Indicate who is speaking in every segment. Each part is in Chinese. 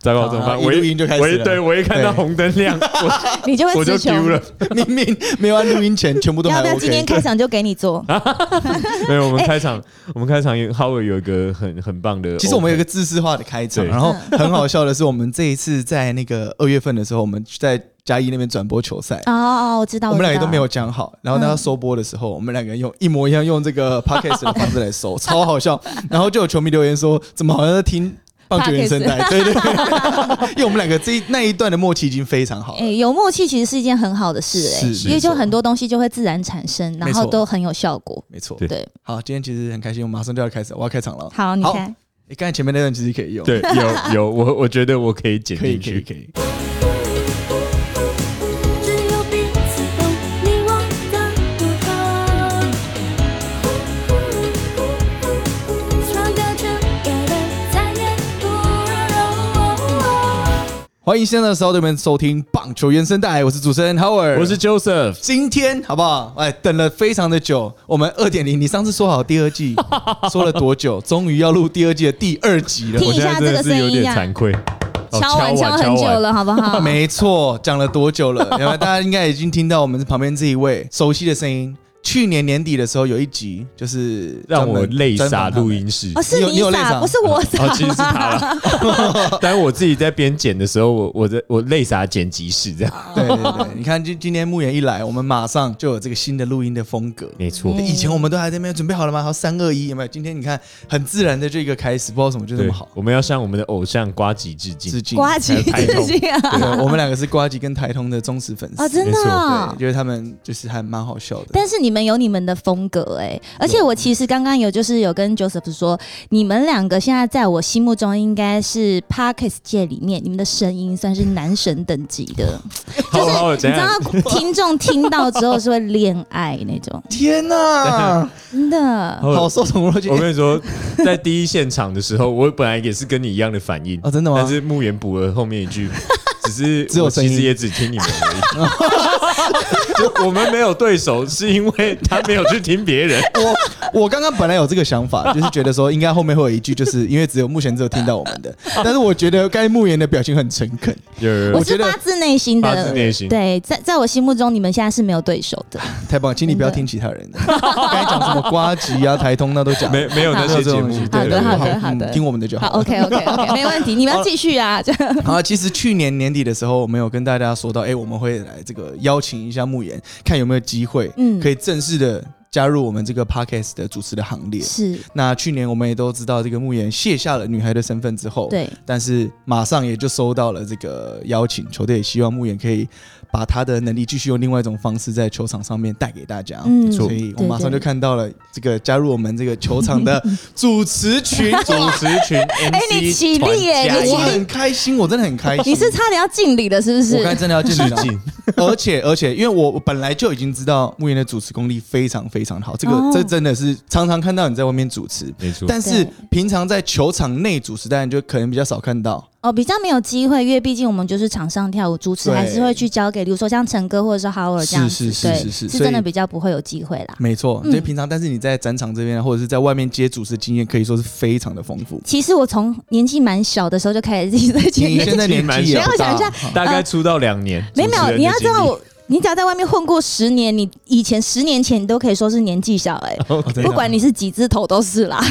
Speaker 1: 糟糕，怎么办？
Speaker 2: 好
Speaker 1: 我
Speaker 2: 一录
Speaker 1: 一
Speaker 2: 音就开始
Speaker 1: 我一
Speaker 2: 了
Speaker 1: 对我一看到
Speaker 2: 对
Speaker 1: 红灯 亮，我
Speaker 3: 你就会
Speaker 1: 我就
Speaker 3: 自
Speaker 1: 丢
Speaker 3: 求。
Speaker 1: 了。
Speaker 2: 明明没有按录音前，全部都还
Speaker 3: 要不
Speaker 2: OK。
Speaker 3: 要今天开场就给你做？
Speaker 1: 啊没有，我们
Speaker 3: 哎
Speaker 1: 开场，我们开场有 Howard 有一个很很棒的 open，
Speaker 2: 其实我们有一个自私化的开场，
Speaker 1: 对
Speaker 2: 然后很好笑的是，我们这一次在那个二月份的时候，我们在嘉义那边转播球赛。
Speaker 3: 哦哦，哦我知道，
Speaker 2: 我们两个
Speaker 3: 知道
Speaker 2: 都没有讲好，然后那要收播的时候，我们两个人用一模一样用这 个 podcast 的方式来收，超好笑。然后就有球迷留言说，怎么好像在听棒球原声 带？对对对， 因为我们两个这一那一段的默契已经非常好了
Speaker 3: 哎、。有默契其实是一件很好的事哎、
Speaker 2: 是
Speaker 3: 因为
Speaker 2: 没
Speaker 3: 就
Speaker 2: 错
Speaker 3: 很多东西就会自然产生，然
Speaker 2: 没
Speaker 3: 后
Speaker 2: 错
Speaker 3: 都很有效果。
Speaker 2: 没错，
Speaker 1: 对
Speaker 3: 对，
Speaker 2: 好，今天其实很开心，我马上就要开始，我要开场了。
Speaker 3: 好，你
Speaker 2: 好
Speaker 3: 看，
Speaker 2: 你刚才前面那段其实可以用，，
Speaker 1: 对有有，我我觉得我可以剪
Speaker 2: 可以
Speaker 1: 进
Speaker 2: 可以
Speaker 1: 去。
Speaker 2: 可以。
Speaker 4: 只有彼此懂你我的不同，穿个整夜的再也不柔。
Speaker 2: 欢迎现在的小伙伴们收听棒球原声带，我是主持人 Howard，
Speaker 1: 我是 Joseph，
Speaker 2: 今天好不好？哎，等了非常的久。我们二点零，你上次说好第 二季，说了多久？终于要录第二季的第二集了。
Speaker 3: 听
Speaker 1: 我现
Speaker 3: 一
Speaker 1: 在
Speaker 3: 下
Speaker 1: 真
Speaker 3: 这
Speaker 1: 的
Speaker 3: 个
Speaker 1: 是有
Speaker 3: 声音
Speaker 1: 点
Speaker 3: 啊
Speaker 1: 惭愧，哦
Speaker 3: 敲完敲很久，了，好不 好？
Speaker 2: 没错，讲了多久 了？然后大家应该已经听到我们旁边这一位熟悉的声音。去年年底的时候有一集，就是
Speaker 1: 让我泪
Speaker 2: 专
Speaker 1: 洒
Speaker 2: 访他们
Speaker 1: 录。音室
Speaker 3: 哦，。是
Speaker 2: 你有你有泪
Speaker 3: 撒，
Speaker 2: 洒
Speaker 3: 不是我撒
Speaker 1: 哦，。其实是他了，
Speaker 2: 啊
Speaker 1: 但我自己在边剪的时候，我我在我泪洒剪辑室这样，
Speaker 2: 对对对，你看今今天木言一来，我们马上就有这个新的录音的风格。
Speaker 1: 没错
Speaker 2: 对，以前我们都还在那边准备好了吗？好，三二一，有没有？今天你看很自然的这个开始，不知道什么就这
Speaker 1: 对
Speaker 2: 么好，。
Speaker 1: 我们要向我们的偶像瓜吉致敬
Speaker 2: 致。敬，
Speaker 3: 瓜吉
Speaker 1: 还 有抬头
Speaker 3: 自己啊，
Speaker 2: 对，我们两个是瓜吉跟台通的忠实粉丝。
Speaker 3: 哦，真
Speaker 1: 没
Speaker 3: 的
Speaker 1: 错
Speaker 3: 哦、
Speaker 2: 对，觉得他们就是还蛮好笑的。
Speaker 3: 但是你们有你们的风格哎、而且我其实刚刚有就是有跟 Joseph 说，你们两个现在在我心目中应该是 Parkes 界里面，你们的声音算是男神等级的，
Speaker 1: 好
Speaker 3: 就是
Speaker 1: 好，
Speaker 3: 你
Speaker 1: 等一
Speaker 3: 知
Speaker 1: 下，
Speaker 3: 道 听众听到之后是会恋爱那种，
Speaker 2: 天哪，
Speaker 3: 真的。
Speaker 1: 好
Speaker 2: 好受宠若惊
Speaker 1: 我！跟你说，在第一现场的时候，我本来也是跟你一样的反应
Speaker 2: 哦真的吗
Speaker 1: 但是木原补了后面一句，只是
Speaker 2: 只有
Speaker 1: 我
Speaker 2: 声
Speaker 1: 其
Speaker 2: 音
Speaker 1: 实也只听你们而已。 就我们没有对手，是因为他没有去听别人。
Speaker 2: 我我刚刚本来有这个想法， 就是觉得说应该后面会有一句，就是因为只有目前只有听到我们的， 但是我觉得该木言的表情很诚恳，
Speaker 1: 有有
Speaker 3: 我
Speaker 1: 有，
Speaker 3: 是
Speaker 2: 觉得
Speaker 3: 发自内心
Speaker 1: 发自
Speaker 3: 的，
Speaker 1: 内心。
Speaker 3: 对，在在我心目中，你们现在是没有对手的。
Speaker 2: 太棒了！请你不要
Speaker 3: 真的
Speaker 2: 听其他 人的，该讲什么瓜吉啊、台通那都讲，
Speaker 1: 没没有那
Speaker 2: 没有
Speaker 1: 些
Speaker 2: 这
Speaker 1: 节
Speaker 2: 种东
Speaker 1: 目
Speaker 2: 西，
Speaker 1: 对
Speaker 3: 好
Speaker 1: 对
Speaker 3: 的，
Speaker 1: 对
Speaker 3: 好的，
Speaker 2: 好
Speaker 3: 好
Speaker 2: 嗯
Speaker 3: 的，
Speaker 2: 听我们的就好
Speaker 3: 好，OK，OK，OK，、没问题。你们要继续啊，这样
Speaker 2: 好，其实去年年底的时候，我们有跟大家说到，哎、我们会来这个邀请一下慕言，看有没有机会，
Speaker 3: 嗯
Speaker 2: 可以正式的加入我们这个 podcast 的主持的行列。
Speaker 3: 是
Speaker 2: 那去年我们也都知道，这个慕言卸下了女孩的身份之后，，
Speaker 3: 对。
Speaker 2: 但是马上也就收到了这个邀请，球队也希望慕言可以把他的能力继续用另外一种方式在球场上面带给大家。
Speaker 3: 嗯
Speaker 2: 所以我马上就
Speaker 3: 对对
Speaker 2: 看到了这个加入我们这个球场 的主持群，
Speaker 1: 主持群
Speaker 3: 哎你
Speaker 1: ，MC
Speaker 3: 起
Speaker 1: 团
Speaker 3: 立耶
Speaker 1: 加
Speaker 3: 你起
Speaker 2: 我
Speaker 1: 油
Speaker 3: 立
Speaker 2: 很开心，我真的很开心。
Speaker 3: 你是差点要敬礼的，是不是
Speaker 2: 我？刚才真的要进去了
Speaker 1: 致敬，
Speaker 2: 而且而且，因为我我本来就已经知道木言的主持功力非常非常好，这个、
Speaker 3: 哦
Speaker 2: 这真的是常常看到你在外面主持，
Speaker 1: 没错。
Speaker 2: 但是
Speaker 3: 对
Speaker 2: 平常在球场内主持，当然就可能比较少看到。
Speaker 3: 哦，比较没有机会，因为毕竟我们就是场上跳舞，主持
Speaker 2: 对
Speaker 3: 还是会去交给，比如说像陈哥或者是豪尔这样子，
Speaker 2: 是是是
Speaker 3: 对
Speaker 2: 是是
Speaker 3: 是
Speaker 2: 所以
Speaker 3: 真的比较不会有机会啦。
Speaker 2: 没错，
Speaker 3: 嗯
Speaker 2: 所以平常，但是你在展场这边啊或者是在外面接主持经验，可以说是非常的丰富。
Speaker 3: 其实我从年纪蛮小的时候就开始自 己在前
Speaker 2: 你
Speaker 3: 面
Speaker 2: 现在年纪也不
Speaker 3: 没有我想
Speaker 2: 大
Speaker 3: 一下，
Speaker 1: 大概出道两年，
Speaker 3: 呃没有没
Speaker 1: 主持
Speaker 3: 有，
Speaker 1: 人
Speaker 3: 你
Speaker 1: 的
Speaker 3: 要知道
Speaker 1: 经历
Speaker 3: 我，你只要在外面混过十年，你以前十年前你都可以说是年纪小 哎、
Speaker 2: 真的
Speaker 3: 不管你是几字头都 是啦，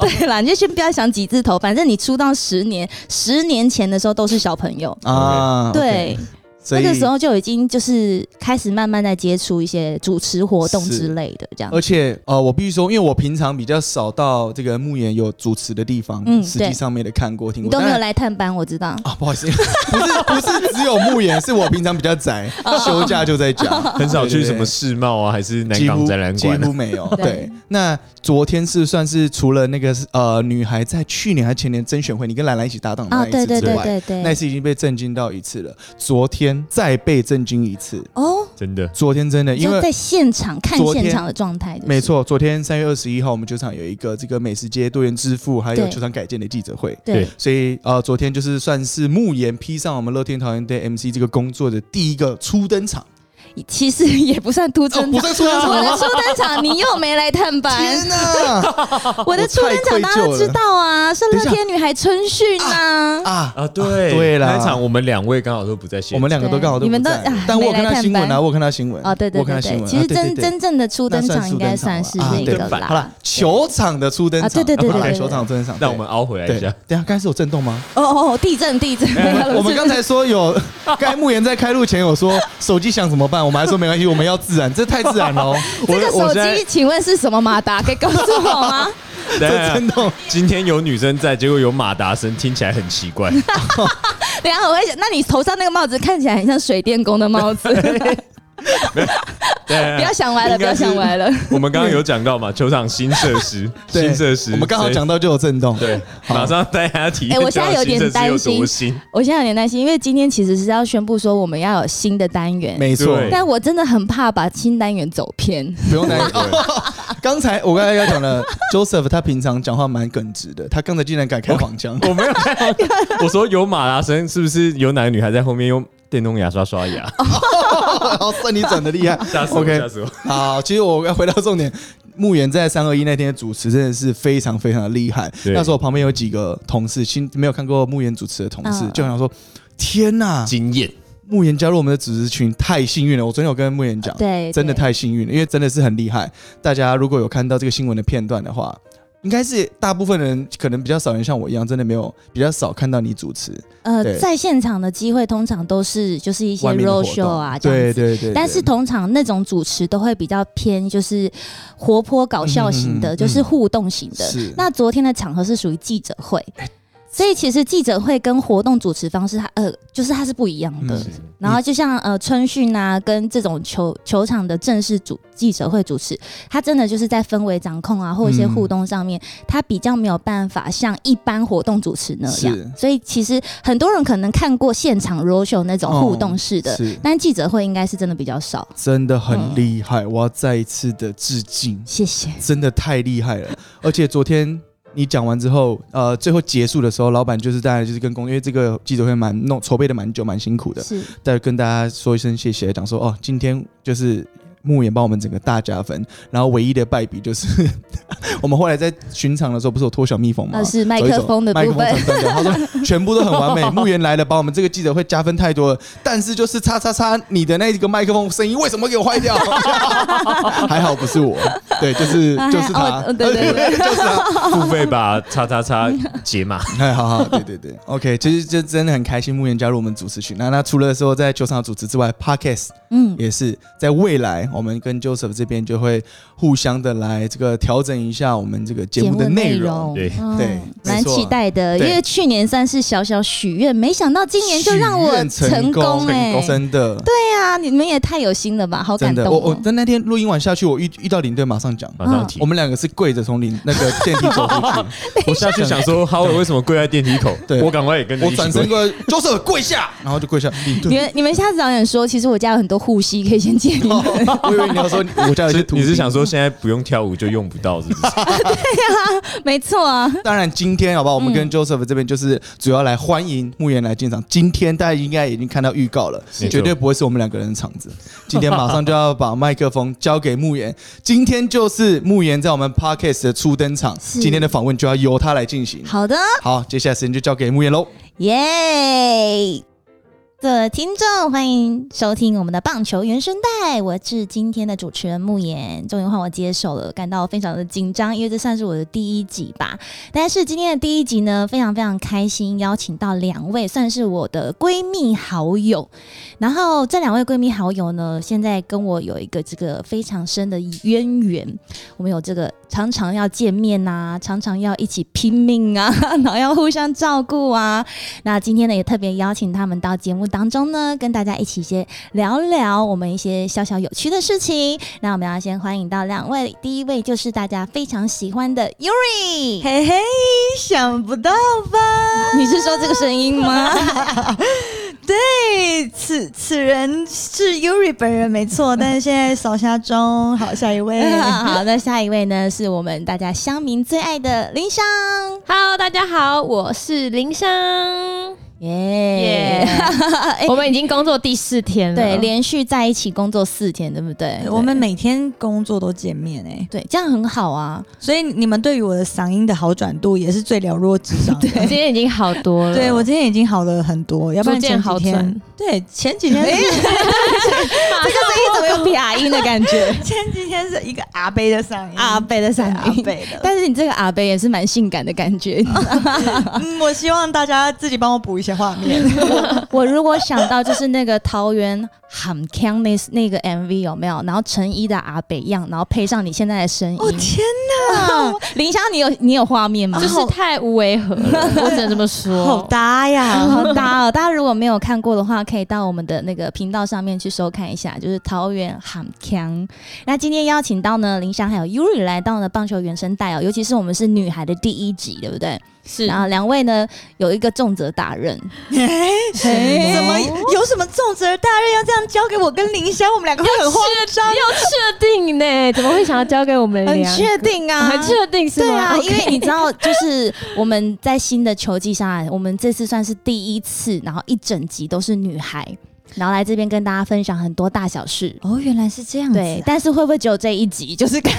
Speaker 3: 对啦，你就 先不要想几字头，反正你出道十年，十年前的时候都是小朋友，
Speaker 2: 啊，
Speaker 3: 对
Speaker 2: OK，所
Speaker 3: 那
Speaker 2: 以
Speaker 3: 个时候就已经就是开始慢慢在接触一些主持活动之类的这样
Speaker 2: 而。且呃，我必须说，因为我平常比较少到这个木言有主持的地方，
Speaker 3: 嗯
Speaker 2: 实际
Speaker 3: 对
Speaker 2: 上面的看过听
Speaker 3: 你
Speaker 2: 过，
Speaker 3: 都没
Speaker 2: 当
Speaker 3: 有
Speaker 2: 然
Speaker 3: 来探班，我知道。
Speaker 2: 啊，不好意思， 不是不是只有木眼，是我平常比较 宅，
Speaker 3: 哦
Speaker 2: 休假就在家，
Speaker 1: 很少去
Speaker 2: 对对
Speaker 1: 什
Speaker 2: 对
Speaker 1: 么世贸啊，还是南
Speaker 2: 几
Speaker 1: 港
Speaker 2: 乎
Speaker 1: 展览
Speaker 2: 几
Speaker 1: 馆啊
Speaker 2: 乎没 有。
Speaker 3: 对
Speaker 2: 对，那昨天是算是除了那个呃女孩在去年还前年甄选会，你跟兰兰一起搭档的
Speaker 3: 啊，
Speaker 2: 哦那一
Speaker 3: 对
Speaker 2: 次之外，
Speaker 3: 对对对
Speaker 2: 那一
Speaker 3: 对。
Speaker 2: 次已经被震惊到一次了，昨天再被震惊一次，
Speaker 3: 哦，
Speaker 1: 真的。
Speaker 2: 昨天真的因
Speaker 3: 就
Speaker 2: 为。
Speaker 3: 在现场看
Speaker 2: 昨天
Speaker 3: 现场的状态，就是
Speaker 2: 没。错，昨天三月二十一号，我们球场有一个这个美食街多元支付还有
Speaker 3: 对
Speaker 2: 球场改建的记者会，
Speaker 3: 对，
Speaker 2: 所以呃，昨天就是算是慕言披上我们乐天桃园队 MC 这个工作的第一个初登场。
Speaker 3: 其实也不算出
Speaker 2: 哦，
Speaker 3: 登
Speaker 2: 不
Speaker 3: 场。
Speaker 2: 算出登场
Speaker 3: 我的
Speaker 2: 吗？
Speaker 3: 初登场你又没来探班，
Speaker 2: 天 哪！
Speaker 3: 我的初登场大家都知道啊，是乐天女孩春训呐、
Speaker 2: 啊，
Speaker 1: 啊，对
Speaker 2: 对啦
Speaker 1: 那一场我们两位刚好都不在现场，
Speaker 2: 我们两个都刚好都不
Speaker 3: 对你们都
Speaker 2: 在
Speaker 3: 啊
Speaker 2: 但我有看
Speaker 3: 没来
Speaker 2: 他
Speaker 3: 看
Speaker 2: 新闻啊，
Speaker 3: 班
Speaker 2: 我有看他新闻
Speaker 3: 哦，对对
Speaker 2: 我有看
Speaker 3: 对
Speaker 2: 他新
Speaker 3: 对，
Speaker 2: 闻。
Speaker 3: 其实
Speaker 2: 啊对对
Speaker 3: 真
Speaker 2: 对
Speaker 3: 真正的初登场应该算是
Speaker 2: 那算
Speaker 3: 那
Speaker 2: 初登
Speaker 3: 个
Speaker 1: 场
Speaker 3: 啦。
Speaker 1: 啊
Speaker 2: 好了，球场的初登场，
Speaker 3: 啊对对对
Speaker 2: 好啦
Speaker 3: 对对对
Speaker 2: 球场的初登场，
Speaker 1: 让我们凹回来
Speaker 2: 对
Speaker 1: 一
Speaker 2: 对。等
Speaker 1: 下。
Speaker 2: 一下，刚才是有震动 吗？
Speaker 3: 哦哦，哦地震地震，
Speaker 2: 我们刚才说有，该木言在开录前有说手机响怎么办，我们还说没关系，我们要自然，这太自然了 哦，
Speaker 3: 这个
Speaker 1: 我
Speaker 3: 手
Speaker 1: 现在
Speaker 3: 机，请问是什么马达？可以告诉我 吗？
Speaker 1: 等一
Speaker 2: 这
Speaker 1: 下
Speaker 2: 震动。
Speaker 1: 今天有女生在，结果有马达声，听起来很奇 怪。
Speaker 3: 等一下我会想，那你头上那个帽子看起来很像水电工的帽 子，
Speaker 1: 对
Speaker 3: 不要想歪了，
Speaker 1: 应
Speaker 3: 不
Speaker 1: 该
Speaker 3: 要
Speaker 1: 是
Speaker 3: 想歪了。
Speaker 1: 我们刚刚有讲到嘛，球场新设施，
Speaker 2: 对
Speaker 1: 新设施，
Speaker 2: 我们刚好
Speaker 1: 所以
Speaker 2: 讲到就有震动。
Speaker 1: 对，马上带大家体验
Speaker 3: 哎我现在有点
Speaker 1: 球场新设施有多
Speaker 3: 担
Speaker 1: 新，
Speaker 3: 我现在有点担心，因为今天其实是要宣布说我们要有新的单元，
Speaker 2: 没错，
Speaker 1: 对
Speaker 3: 但我真的很怕把新单元走 偏。
Speaker 2: 不用担心。刚才我刚才要讲的 Joseph，他平常讲话蛮耿直的，他刚才竟然敢开黄腔。
Speaker 1: 我没有看到，我说有马达声，是不是有哪个女孩在后面用电动牙刷刷牙？
Speaker 3: 哦
Speaker 2: 好，算你转的厉害。
Speaker 1: 吓死我，
Speaker 2: OK，
Speaker 1: 吓死我！
Speaker 2: 好，其实我要回到重点，木原在三二一那天的主持真的是非常非常的厉害。
Speaker 1: 对
Speaker 2: 那时候我旁边有几个同事，新没有看过木原主持的同
Speaker 1: 啊
Speaker 2: 事，
Speaker 3: 嗯
Speaker 2: 就想说：天呐，
Speaker 1: 惊艳，
Speaker 2: 木原加入我们的主持群太幸运了！我昨天有跟木原讲，
Speaker 3: 对，
Speaker 2: 真的
Speaker 3: 对
Speaker 2: 太幸运了，因为真的是很厉害。大家如果有看到这个新闻的片段的话，应该是大部分人可能比较少人像我一样，真的没有比较少看到你主持对
Speaker 3: 呃，在现场的机会通常都是就是一些
Speaker 2: 外面的
Speaker 3: road
Speaker 2: 活动
Speaker 3: show 啊这
Speaker 2: 对
Speaker 3: 样子。
Speaker 2: 对对，
Speaker 3: 但是通常那种主持都会比较偏，就是活泼搞笑
Speaker 2: 嗯
Speaker 3: 型
Speaker 2: 嗯
Speaker 3: 的，
Speaker 2: 嗯
Speaker 3: 就是互动型的。
Speaker 2: 是
Speaker 3: 那昨天的场合是属于记者会，
Speaker 2: 哎
Speaker 3: 所以其实记者会跟活动主持方式，它呃，就是它是不一样的。
Speaker 2: 嗯
Speaker 3: 然后就像呃春训啊，跟这种球球场的正式主记者会主持，它真的就是在氛围掌控啊，或一些
Speaker 2: 嗯
Speaker 3: 互动上面，它比较没有办法像一般活动主持那
Speaker 2: 是
Speaker 3: 样。所以其实很多人可能看过现场 road show 那种互动式的，
Speaker 2: 哦是
Speaker 3: 但记者会应该是真的比较少。
Speaker 2: 真的很厉害，我要再一次的致敬，
Speaker 3: 谢谢。
Speaker 2: 真的太厉害了。而且昨天你讲完之后，呃，最后结束的时候，老板就是当然就是跟工，因为这个记者会蛮弄筹备的蛮久，蛮辛苦的，
Speaker 3: 是，
Speaker 2: 再跟大家说一声谢谢，讲说哦，今天就是木眼帮我们整个大加分，然后唯一的败笔就是 我们后来在巡场的时候，不是有拖小蜜蜂吗？
Speaker 3: 那呃是麦克风的
Speaker 2: 麦克
Speaker 3: 部
Speaker 2: 风
Speaker 3: 分。
Speaker 2: 成分的，他 说全部都很完美。木原来了，把我们这个记者会加分太多了。但是就是叉叉叉，你的那个麦克风声音为什么给我坏掉？ 还好不是我，对，就是
Speaker 3: 哎
Speaker 2: 就是他
Speaker 3: 哦，哦对对对
Speaker 2: 就是他。
Speaker 1: 付费把叉叉叉解码，
Speaker 2: 哎，好好，对对对，OK，其实就真的很开心，木原加入我们主持群。那那除了说在球场主持之外，Podcast
Speaker 3: 嗯，
Speaker 2: 也是在未来，我们跟 Joseph 这边就会互相的来这个调整一下我们这个节目的内容。
Speaker 1: 对
Speaker 3: 嗯
Speaker 2: 对没
Speaker 3: 蛮
Speaker 2: 错
Speaker 3: 期待的，因
Speaker 2: 对
Speaker 3: 为去年算是小小许愿，没想到今年就让
Speaker 2: 许
Speaker 3: 我
Speaker 2: 愿成
Speaker 3: 功哎、
Speaker 2: 真的，
Speaker 3: 对啊，你们也太有心了吧，好感
Speaker 2: 真
Speaker 3: 动、
Speaker 2: 的。
Speaker 3: 哦。
Speaker 2: 我我在那天录音完下去，我遇遇到领队，马上讲，
Speaker 1: 马上提
Speaker 2: 我。们两个是跪着从领那个电梯走 出去，
Speaker 1: 我下去想说，哈维为什么跪在电梯口？
Speaker 2: 对
Speaker 1: 我赶快也跟着
Speaker 2: 我
Speaker 1: 一
Speaker 2: 转
Speaker 1: 起
Speaker 2: 身
Speaker 1: 跪。
Speaker 2: 过来，Joseph 跪下，然后就跪下。领
Speaker 3: 你
Speaker 2: 队，
Speaker 3: 们你们下次早点说，其实我家有很多护膝可以先借 你们。
Speaker 2: 哦我以为你要说我家有一些
Speaker 1: 是
Speaker 2: 图，
Speaker 1: 你是想？说现在不用跳舞就用不到，是不是？
Speaker 3: 没错啊，
Speaker 2: 当然，今天好不好？我们跟 Joseph 这边就是主要来欢迎木原来进场。今天大家应该已经看到预告了，
Speaker 1: 没错
Speaker 2: 绝对不会是我们两个人的场子。今天马上就要把麦克风交给木原，今天就是木原在我们 Podcast 的初登场，
Speaker 3: 是
Speaker 2: 今天的访问就要由他来进行。
Speaker 3: 好的，
Speaker 2: 好，接下来时间就交给木原喽。
Speaker 3: 耶、各位听众，欢迎收听我们的棒球原声带，我是今天的主持人慕言，终于换我接手了，感到非常的紧张，因为这算是我的第一集吧。但是今天的第一集呢，非常非常开心，邀请到两位算是我的闺蜜好友，然后这两位闺蜜好友呢，现在跟我有一个这个非常深的渊源，我们有这个常常要见面呐、常常要一起拼命啊， 然后要互相照顾啊，那今天呢，也特别邀请他们到节目当中呢，跟大家一起先聊聊我们一些小小有趣的事情。那我们要先欢迎到两位，第一位就是大家非常喜欢的 Yuri，
Speaker 5: 嘿嘿，想不到吧？
Speaker 3: 你是说这个声音吗？
Speaker 5: 对，此此人是 Yuri 本人没错，但是现在扫下中，好，下一位。
Speaker 3: 好，那下一位呢，是我们大家乡民最爱的林香。
Speaker 6: Hello，大家好，我是林香。
Speaker 3: 耶
Speaker 6: 耶！我们已经工作第四天了，
Speaker 3: 哎对，连续在一起工作四天，对不对？
Speaker 7: 我们每天工作都见面哎、
Speaker 3: 对这样很好 啊。
Speaker 7: 所以你们对于我的嗓音的好转度也是最了若指掌的。
Speaker 6: 今天已经好多了。
Speaker 7: 对我今天已经好了很多，要不然
Speaker 6: 逐渐
Speaker 7: 前几
Speaker 6: 好
Speaker 7: 天
Speaker 6: 转
Speaker 7: 对前几天是、
Speaker 3: 这个声音怎么有嗲音的感 觉？
Speaker 7: 前几天是一个阿贝的嗓音，
Speaker 3: 嗯阿贝的嗓
Speaker 7: 对阿
Speaker 3: 音，
Speaker 7: 贝的。
Speaker 3: 但是你这个阿贝也是蛮性感的感觉。
Speaker 7: 嗯，我希望大家自己帮我补一些画面。
Speaker 3: 我如果想到就是那个桃园喊 can 那那个 MV 有没有？然后陈一的阿北样，然后配上你现在的声音，
Speaker 7: 哦天啊哪，
Speaker 3: 林香，你有你有画面吗？
Speaker 6: 就是太无 违和了，我只能这么说。
Speaker 7: 好搭呀！
Speaker 3: 好搭哦！大家如果没有看过的话，可以到我们的那个频道上面去收看一下，就是桃园喊腔。那今天邀请到呢林翔还有 Yuri 来到呢棒球原声带哦，尤其是我们是女孩的第一集，对不对？
Speaker 6: 是
Speaker 3: 然后两位呢有一个重责大任，
Speaker 7: 哎， 怎么有什么重责大任要这样交给我跟林香？我们两个会很慌张。
Speaker 6: 要确定呢？怎么会想要交给我们
Speaker 3: 很
Speaker 6: 俩？
Speaker 3: 确定啊，
Speaker 6: 很确定是吗？
Speaker 3: 对啊，
Speaker 6: OK
Speaker 3: 因为你知道，就是我们在新的球季上来，我们这次算是第一次，然后一整集都是女孩，然后来这边跟大家分享很多大小事。
Speaker 7: 哦，原来是这样
Speaker 3: 对，但是会不会只有这一集？就是看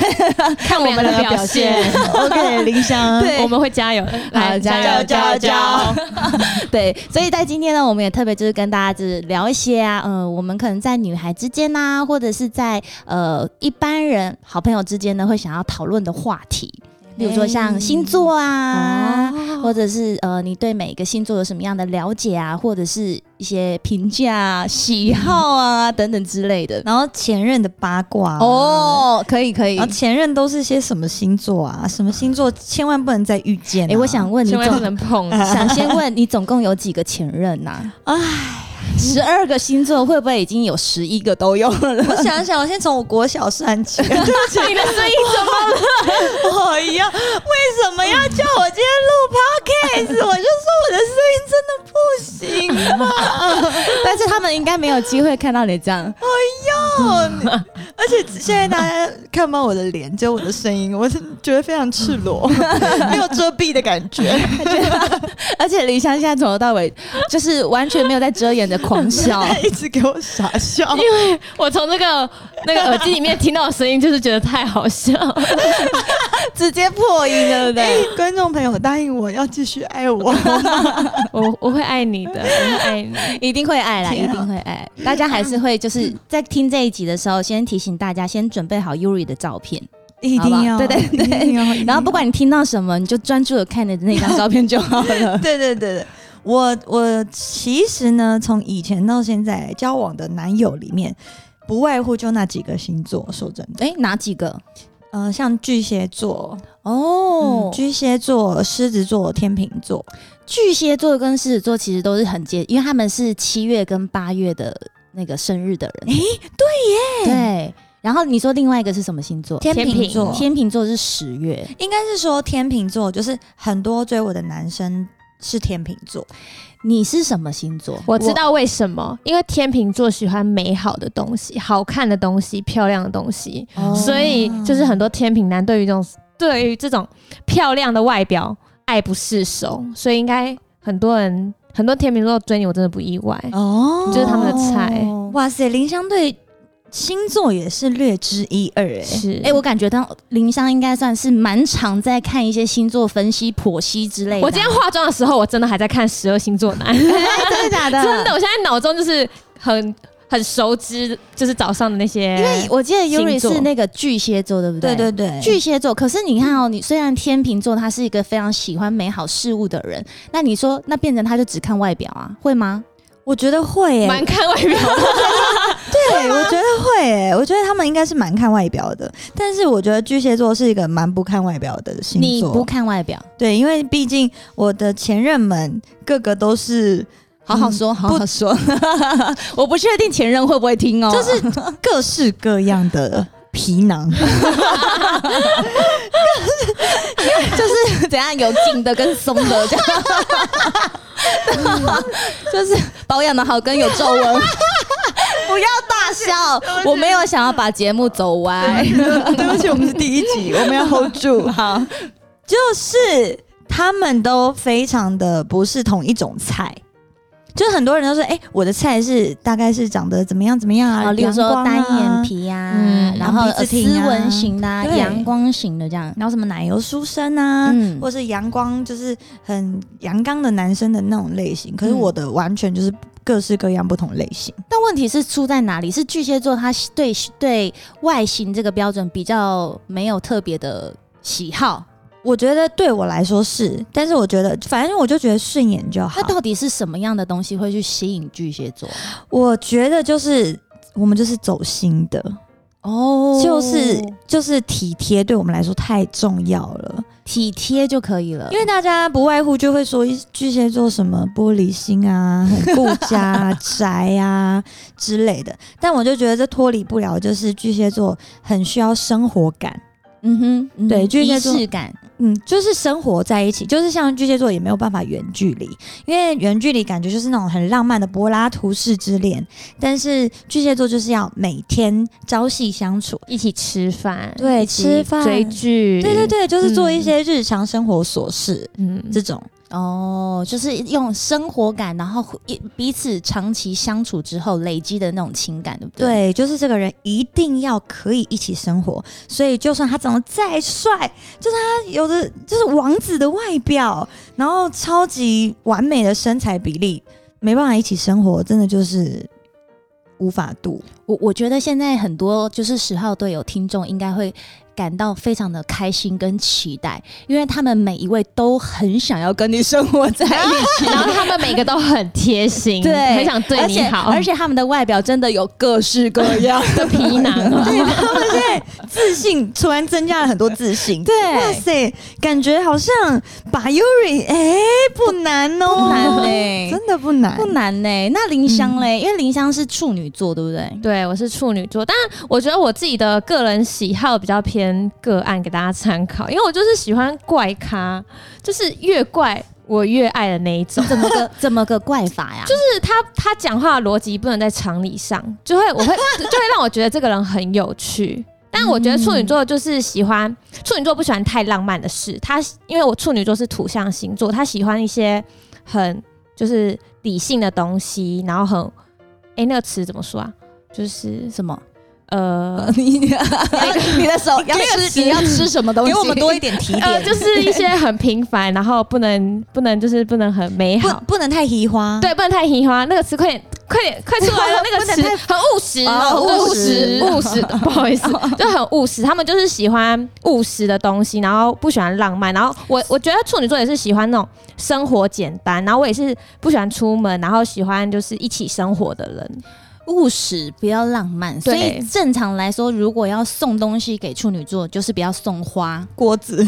Speaker 6: 看我们的表现， 嗯
Speaker 7: OK，林 香，
Speaker 3: 对
Speaker 6: 我们会加油，来
Speaker 3: 加油
Speaker 7: 加油加油！
Speaker 3: 对，所以在今天呢，我们也特别就是跟大家就是聊一些啊，呃，我们可能在女孩之间呐、或者是在呃一般人好朋友之间呢，会想要讨论的话题，比如说像星座啊，或者是呃你对每一个星座有什么样的了解啊，或者是一些评价、啊、喜好啊等等之类的。
Speaker 7: 然后前任的八卦啊，
Speaker 3: 哦，可以可以
Speaker 7: 然。后前任都是些什么星座啊？什么星座千万不能再遇见、啊。
Speaker 3: 哎，我想问你嗯
Speaker 6: 千万不
Speaker 3: 总
Speaker 6: 能碰。
Speaker 3: 想先问你总共有几个前任呐、
Speaker 7: 唉
Speaker 3: 十二个星座会不会已经有十一个都有了？
Speaker 7: 我想一想，我先从我国小算起。
Speaker 6: 你的声音怎 么
Speaker 7: 我一样，为什么要叫我今天录 podcast？我就说我的声音真的不行啊嘛。
Speaker 3: 但是他们应该没有机会看到你这样。
Speaker 7: 哎呦，而且现在大家看不到我的脸，只有我的声音，我是觉得非常赤 裸，没有遮蔽的感觉。
Speaker 3: 而且李湘现在从头到尾就是完全没有在遮掩的狂笑。
Speaker 7: 一直给我傻笑，
Speaker 6: 因为我从那个那个耳机里面听到的声音，就是觉得太 好笑。
Speaker 3: 直接破音，对不对？
Speaker 7: 哎观众朋友答应我要继续爱我。
Speaker 6: 我我会爱你的，我会爱你。
Speaker 3: 一定会爱啦，一
Speaker 7: 天啊
Speaker 3: 定会爱。大家还是会就是在听这一集的时候，先提醒大家先准备好 Yuri 的照 片，
Speaker 7: 一
Speaker 3: 好不好
Speaker 7: 定要，
Speaker 3: 对对 对
Speaker 7: 一定要，
Speaker 3: 然后
Speaker 7: 一定要。
Speaker 3: 不管你听到什么，你就专注的看着那张照片就好了
Speaker 7: 对对对对，我我其实呢，从以前到现在交往的男友里面，不外乎就那几个星座。说真的，
Speaker 3: 哎，哪几个？
Speaker 7: 呃，像巨蟹座、
Speaker 3: 哦
Speaker 7: 嗯，巨蟹座、狮子座、天秤座，
Speaker 3: 巨蟹座跟狮子座其实都是很接，因为他们是七月跟八月的那个生日的人。对耶，对。然后你说另外一个是什么星座？
Speaker 7: 天秤
Speaker 6: 秤
Speaker 7: 座，
Speaker 3: 天秤座是十月。
Speaker 7: 应该是说天秤座，就是很多追我的男生是天秤座。
Speaker 3: 你是什么星座？
Speaker 6: 我知道为什么，因为天秤座喜欢美好的东西、好看的东西、漂亮的东西，
Speaker 3: 哦
Speaker 6: 所以就是很多天秤男对于这种对于这种漂亮的外表爱不释手，所以应该很多人很多天秤座追你，我真的不意外。
Speaker 7: 哦
Speaker 6: 就是他们的菜
Speaker 7: 哇塞，林香对星座也是略知一二哎、
Speaker 6: 是，
Speaker 3: 哎、我感觉到林香应该算是蛮常在看一些星座分析、剖析之类的啊。
Speaker 6: 我今天化妆的时候，我真的还在看十二星座 男，
Speaker 3: 哎真的假的？
Speaker 6: 真的，。我现在脑中就是很很熟知，就是早上的那些，
Speaker 3: 因为哎我记得 Yuri
Speaker 6: 星座
Speaker 3: 是那个巨蟹座，对不对？
Speaker 7: 对对对，
Speaker 3: 巨蟹座，可是你看哦，你虽然天秤座他是一个非常喜欢美好事物的人，那你说那变成他就只看外表啊，会吗？
Speaker 7: 我觉得会哎、
Speaker 6: 蛮看外表的，
Speaker 7: 对，我觉得会诶、我觉得他们应该是蛮看外表的，但是我觉得巨蟹座是一个蛮不看外表的星座。
Speaker 3: 你不看外表，
Speaker 7: 对，因为毕竟我的前任们个个都是
Speaker 3: 好
Speaker 7: 嗯
Speaker 3: 好说，好好说。 我不确定前任会不会听哦，
Speaker 7: 就是各式各样的 皮囊，
Speaker 3: 就是 怎样有紧的跟松的这样， 就是保养的好跟有皱纹。 不要大笑，我没有想要把节目走歪。
Speaker 7: 对不起，我们是第一集，我们要 hold 住。 好，就是他们都非常的不是同一种菜。
Speaker 5: 就是很多人都说，哎、我的菜是大概是长得怎么样怎么样啊，
Speaker 3: 啊，例如
Speaker 5: 阳
Speaker 3: 说
Speaker 5: 光啊
Speaker 3: 单眼，皮呀、
Speaker 5: 嗯
Speaker 3: 然后
Speaker 5: 然后
Speaker 3: 呃
Speaker 5: 鼻子挺
Speaker 3: 斯
Speaker 5: 啊
Speaker 3: 文型的、啊、
Speaker 5: 对
Speaker 3: 阳光型的这样，
Speaker 5: 然后什么奶油书生啊，
Speaker 3: 嗯，
Speaker 5: 或是阳光，就是很阳刚的男生的那种类型。可是
Speaker 3: 嗯
Speaker 5: 我的完全就是各式各样不同类型。
Speaker 3: 但问题是出在哪里？是巨蟹座他对对外形这个标准比较没有特别的喜好，
Speaker 5: 我觉得对我来说是，但是我觉得反正我就觉得顺眼就好
Speaker 3: 那。到底是什么样的东西会去吸引巨蟹座？
Speaker 5: 我觉得就是我们就是走心的，
Speaker 3: 哦
Speaker 5: 就是就是体贴，对我们来说太重要了。
Speaker 3: 体贴就可以了，
Speaker 5: 因为大家不外乎就会说巨蟹座什么玻璃心啊、很顾家、啊、宅啊之类的，但我就觉得这脱离不了，就是巨蟹座很需要生活感。
Speaker 3: 嗯哼，嗯哼
Speaker 5: 对巨蟹座
Speaker 3: 仪式感，
Speaker 5: 嗯，就是生活在一起，就是像巨蟹座也没有办法远距离，因为远距离感觉就是那种很浪漫的柏拉图式之恋，但是巨蟹座就是要每天朝夕相处。
Speaker 6: 一起吃饭，
Speaker 5: 对
Speaker 6: 一起
Speaker 5: 吃饭
Speaker 6: 追剧，
Speaker 5: 对对，对，就是做一些日常生活琐事、
Speaker 6: 嗯，
Speaker 5: 这种。
Speaker 3: 哦，就是用生活感，然后互一彼此长期相处之后累积的那种情感，对不对？
Speaker 5: 对，就是这个人一定要可以一起生活，所以就算他长得再帅，就是他有的就是王子的外表，然后超级完美的身材比例，没办法一起生活，真的就是无法度。
Speaker 3: 我我觉得现在很多就是十号队友听众应该会感到非常的开心跟期待，因为他们每一位都很想要跟你生活 在一起，
Speaker 6: 然后他们每个都很贴心，
Speaker 3: 对
Speaker 6: 很想对
Speaker 3: 而
Speaker 6: 你
Speaker 3: 且
Speaker 6: 好，
Speaker 3: 而且他们的外表真的有各式各 样的
Speaker 6: 皮
Speaker 3: 呃哦
Speaker 6: 囊，
Speaker 5: 对他们现在自信突然增加了很多自信，
Speaker 3: 对
Speaker 5: 哇塞，感觉好像把 Yuri 哎、不难哦，
Speaker 3: 不难欸
Speaker 5: 真的不难，
Speaker 3: 不难呢、那林香嘞，因为林香是处女座，对不对？
Speaker 6: 对，我是处女座，但我觉得我自己的个人喜好比较偏个案，给大家参考，因为我就是喜欢怪咖，就是越怪我越爱的那一种。
Speaker 3: 怎么个 怎么个怪法呀？就是
Speaker 6: 就是他他讲话的逻辑不能在常理上，就会我会 就会让我觉得这个人很有趣。但我觉得处女座就是喜欢、处女座不喜欢太浪漫的事，他因为我处女座是土象星座，他喜欢一些很就是理性的东西，然后很哎、那个词怎么说啊？就是
Speaker 3: 什么？
Speaker 6: 呃
Speaker 3: 你你的手要吃你要吃什么东西？
Speaker 5: 一点提
Speaker 6: 呃，就是一些很平凡，然后不能不能就是不能很美
Speaker 5: 不
Speaker 6: 好，
Speaker 5: 不能太移花，
Speaker 6: 对，不能太喜花。那个词快点，快点，快出 来了！那个词很务实，
Speaker 5: 哦
Speaker 6: 对
Speaker 5: 务实
Speaker 6: 务实，哦不好意思，就很务实。他们就是喜欢务实的东西，然后不喜欢浪漫。然后我我觉得处女座也是喜欢那种生活简单，然后我也是不喜欢出门，然后喜欢就是一起生活的人。
Speaker 3: 务实，不要浪漫。所
Speaker 6: 对
Speaker 3: 以正常来说，如果要送东西给处女座，就是不要送花。
Speaker 5: 锅子，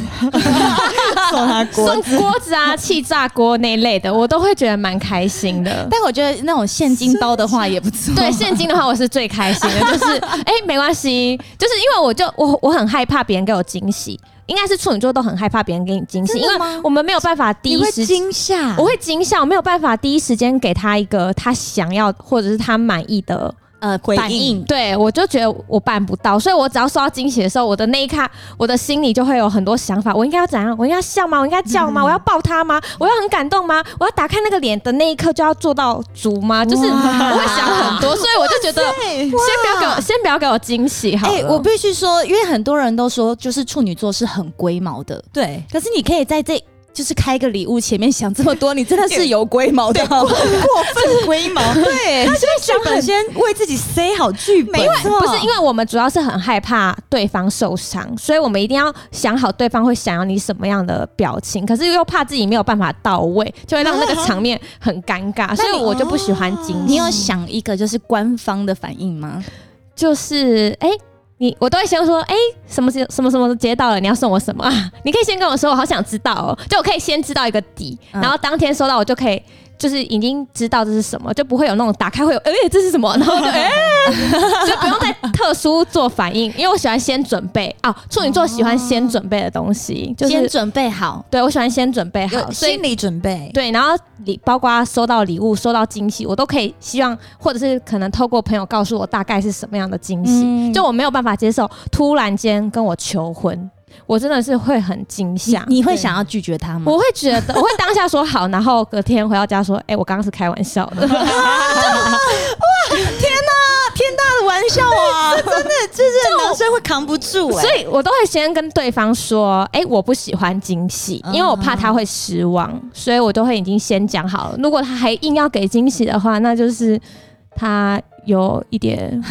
Speaker 5: 送他锅
Speaker 6: 送。锅子啊、气炸锅那一类的，我都会觉得蛮开心 的。
Speaker 3: 但我觉得那种现金包的
Speaker 5: 啊
Speaker 3: 话也不错。
Speaker 6: 对现金的话，我是最开心的，就是哎、没关系， 就是因为我就我我很害怕别人给我惊喜，应该是处女座都很害怕别人给你惊喜，
Speaker 5: 真
Speaker 6: 因
Speaker 5: 的
Speaker 6: 为
Speaker 5: 吗
Speaker 6: 我们没有办法第
Speaker 5: 你
Speaker 6: 一
Speaker 5: 会
Speaker 6: 时间。
Speaker 5: 惊吓，
Speaker 6: 我会惊吓，我没有办法第一时间给他一个他想要或者是他满意的，
Speaker 3: 呃，
Speaker 5: 回
Speaker 3: 反
Speaker 5: 应
Speaker 3: 应。
Speaker 6: 对我就觉得我办不到，所以我只要收到惊喜的时候，我的那一刻，我的心里就会有很多想法，我应该要怎样？我应该笑吗？我应该叫吗？我要抱他吗？我要很感动吗？我要打开那个脸的那一刻就要做到足吗？就是
Speaker 5: 哇
Speaker 6: 我会想很多，所以我就觉得
Speaker 5: 对
Speaker 6: 先不要给我，先不要给我惊喜好了。
Speaker 3: 哎、我必须说，因为很多人都说，就是处女座是很龟毛的，
Speaker 5: 对，
Speaker 3: 可是你可以在这就是开个礼物前面想这么多，你真 的是有龟毛的。
Speaker 5: 过分龟毛，
Speaker 3: 对，
Speaker 5: 他先想本先为自己塞好剧本，没错
Speaker 6: 不是因为我们主要是很害怕对方受伤，所以我们一定要想好对方会想要你什么样的表情，可是又怕自己没有办法到位，就会让
Speaker 3: 嗯
Speaker 6: 那个场面很尴尬，所以我就不喜欢惊
Speaker 3: 你
Speaker 6: 喜。
Speaker 3: 有想一个就是官方的反应吗？
Speaker 6: 就是哎、你我都会先说哎、什么节什么什么节到了，你要送我什么 啊？你可以先跟我说，我好想知道哦，就我可以先知道一个底，
Speaker 3: 嗯
Speaker 6: 然后当天收到我就可以。就是已经知道这是什么，就不会有那种打开会有，哎、这是什么，然后就哎、 就不用再特殊做反应，因为我喜欢先准备啊，处女座喜欢先准备的东西，就
Speaker 3: 先
Speaker 6: 是
Speaker 3: 准备好，
Speaker 6: 对我喜欢先准备好，
Speaker 5: 有
Speaker 6: 所以
Speaker 5: 心理准备，
Speaker 6: 对，然后礼包括收到礼物、收到惊喜，我都可以希望，或者是可能透过朋友告诉我大概是什么样的惊喜。
Speaker 3: 嗯
Speaker 6: 就我没有办法接受突然间跟我求婚，我真的是会很惊吓。
Speaker 3: 你会想要拒绝他吗
Speaker 6: 我？会觉得，我会当下说好，然后隔天回到家说，哎、我刚刚是开玩笑的。
Speaker 5: 天哪，天大的玩笑 啊！真的就是男生会扛不住
Speaker 3: 欸
Speaker 5: 哎、
Speaker 6: 所以我都会先跟对方说，哎、我不喜欢惊喜，因为我怕他会失望，所以我都会已经先讲好了。如果他还硬要给惊喜的话，那就是他有一点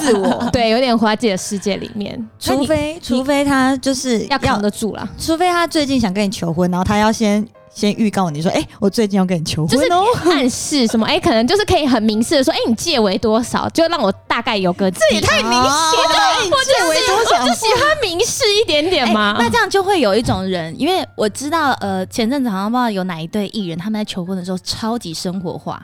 Speaker 6: 自 我，对，有点活在自己的世界里面，
Speaker 5: 除非除非他就是
Speaker 6: 要扛得住啦。
Speaker 5: 除非他最近想跟你求婚，然后他要先先预告你说，哎、我最近要跟你求
Speaker 6: 就
Speaker 5: 婚
Speaker 6: 是
Speaker 5: 哦。
Speaker 6: 暗示什么？哎、可能就是可以很明示的说，哎、你借为多少，就让我大概有个这也太
Speaker 5: 明显了
Speaker 6: 我就是我就喜欢明示一点点
Speaker 3: 哎
Speaker 6: 嘛。
Speaker 3: 那这样就会有一种人，因为我知道，呃，前阵子好像不知道有哪一对艺人，他们在求婚的时候超级生活化，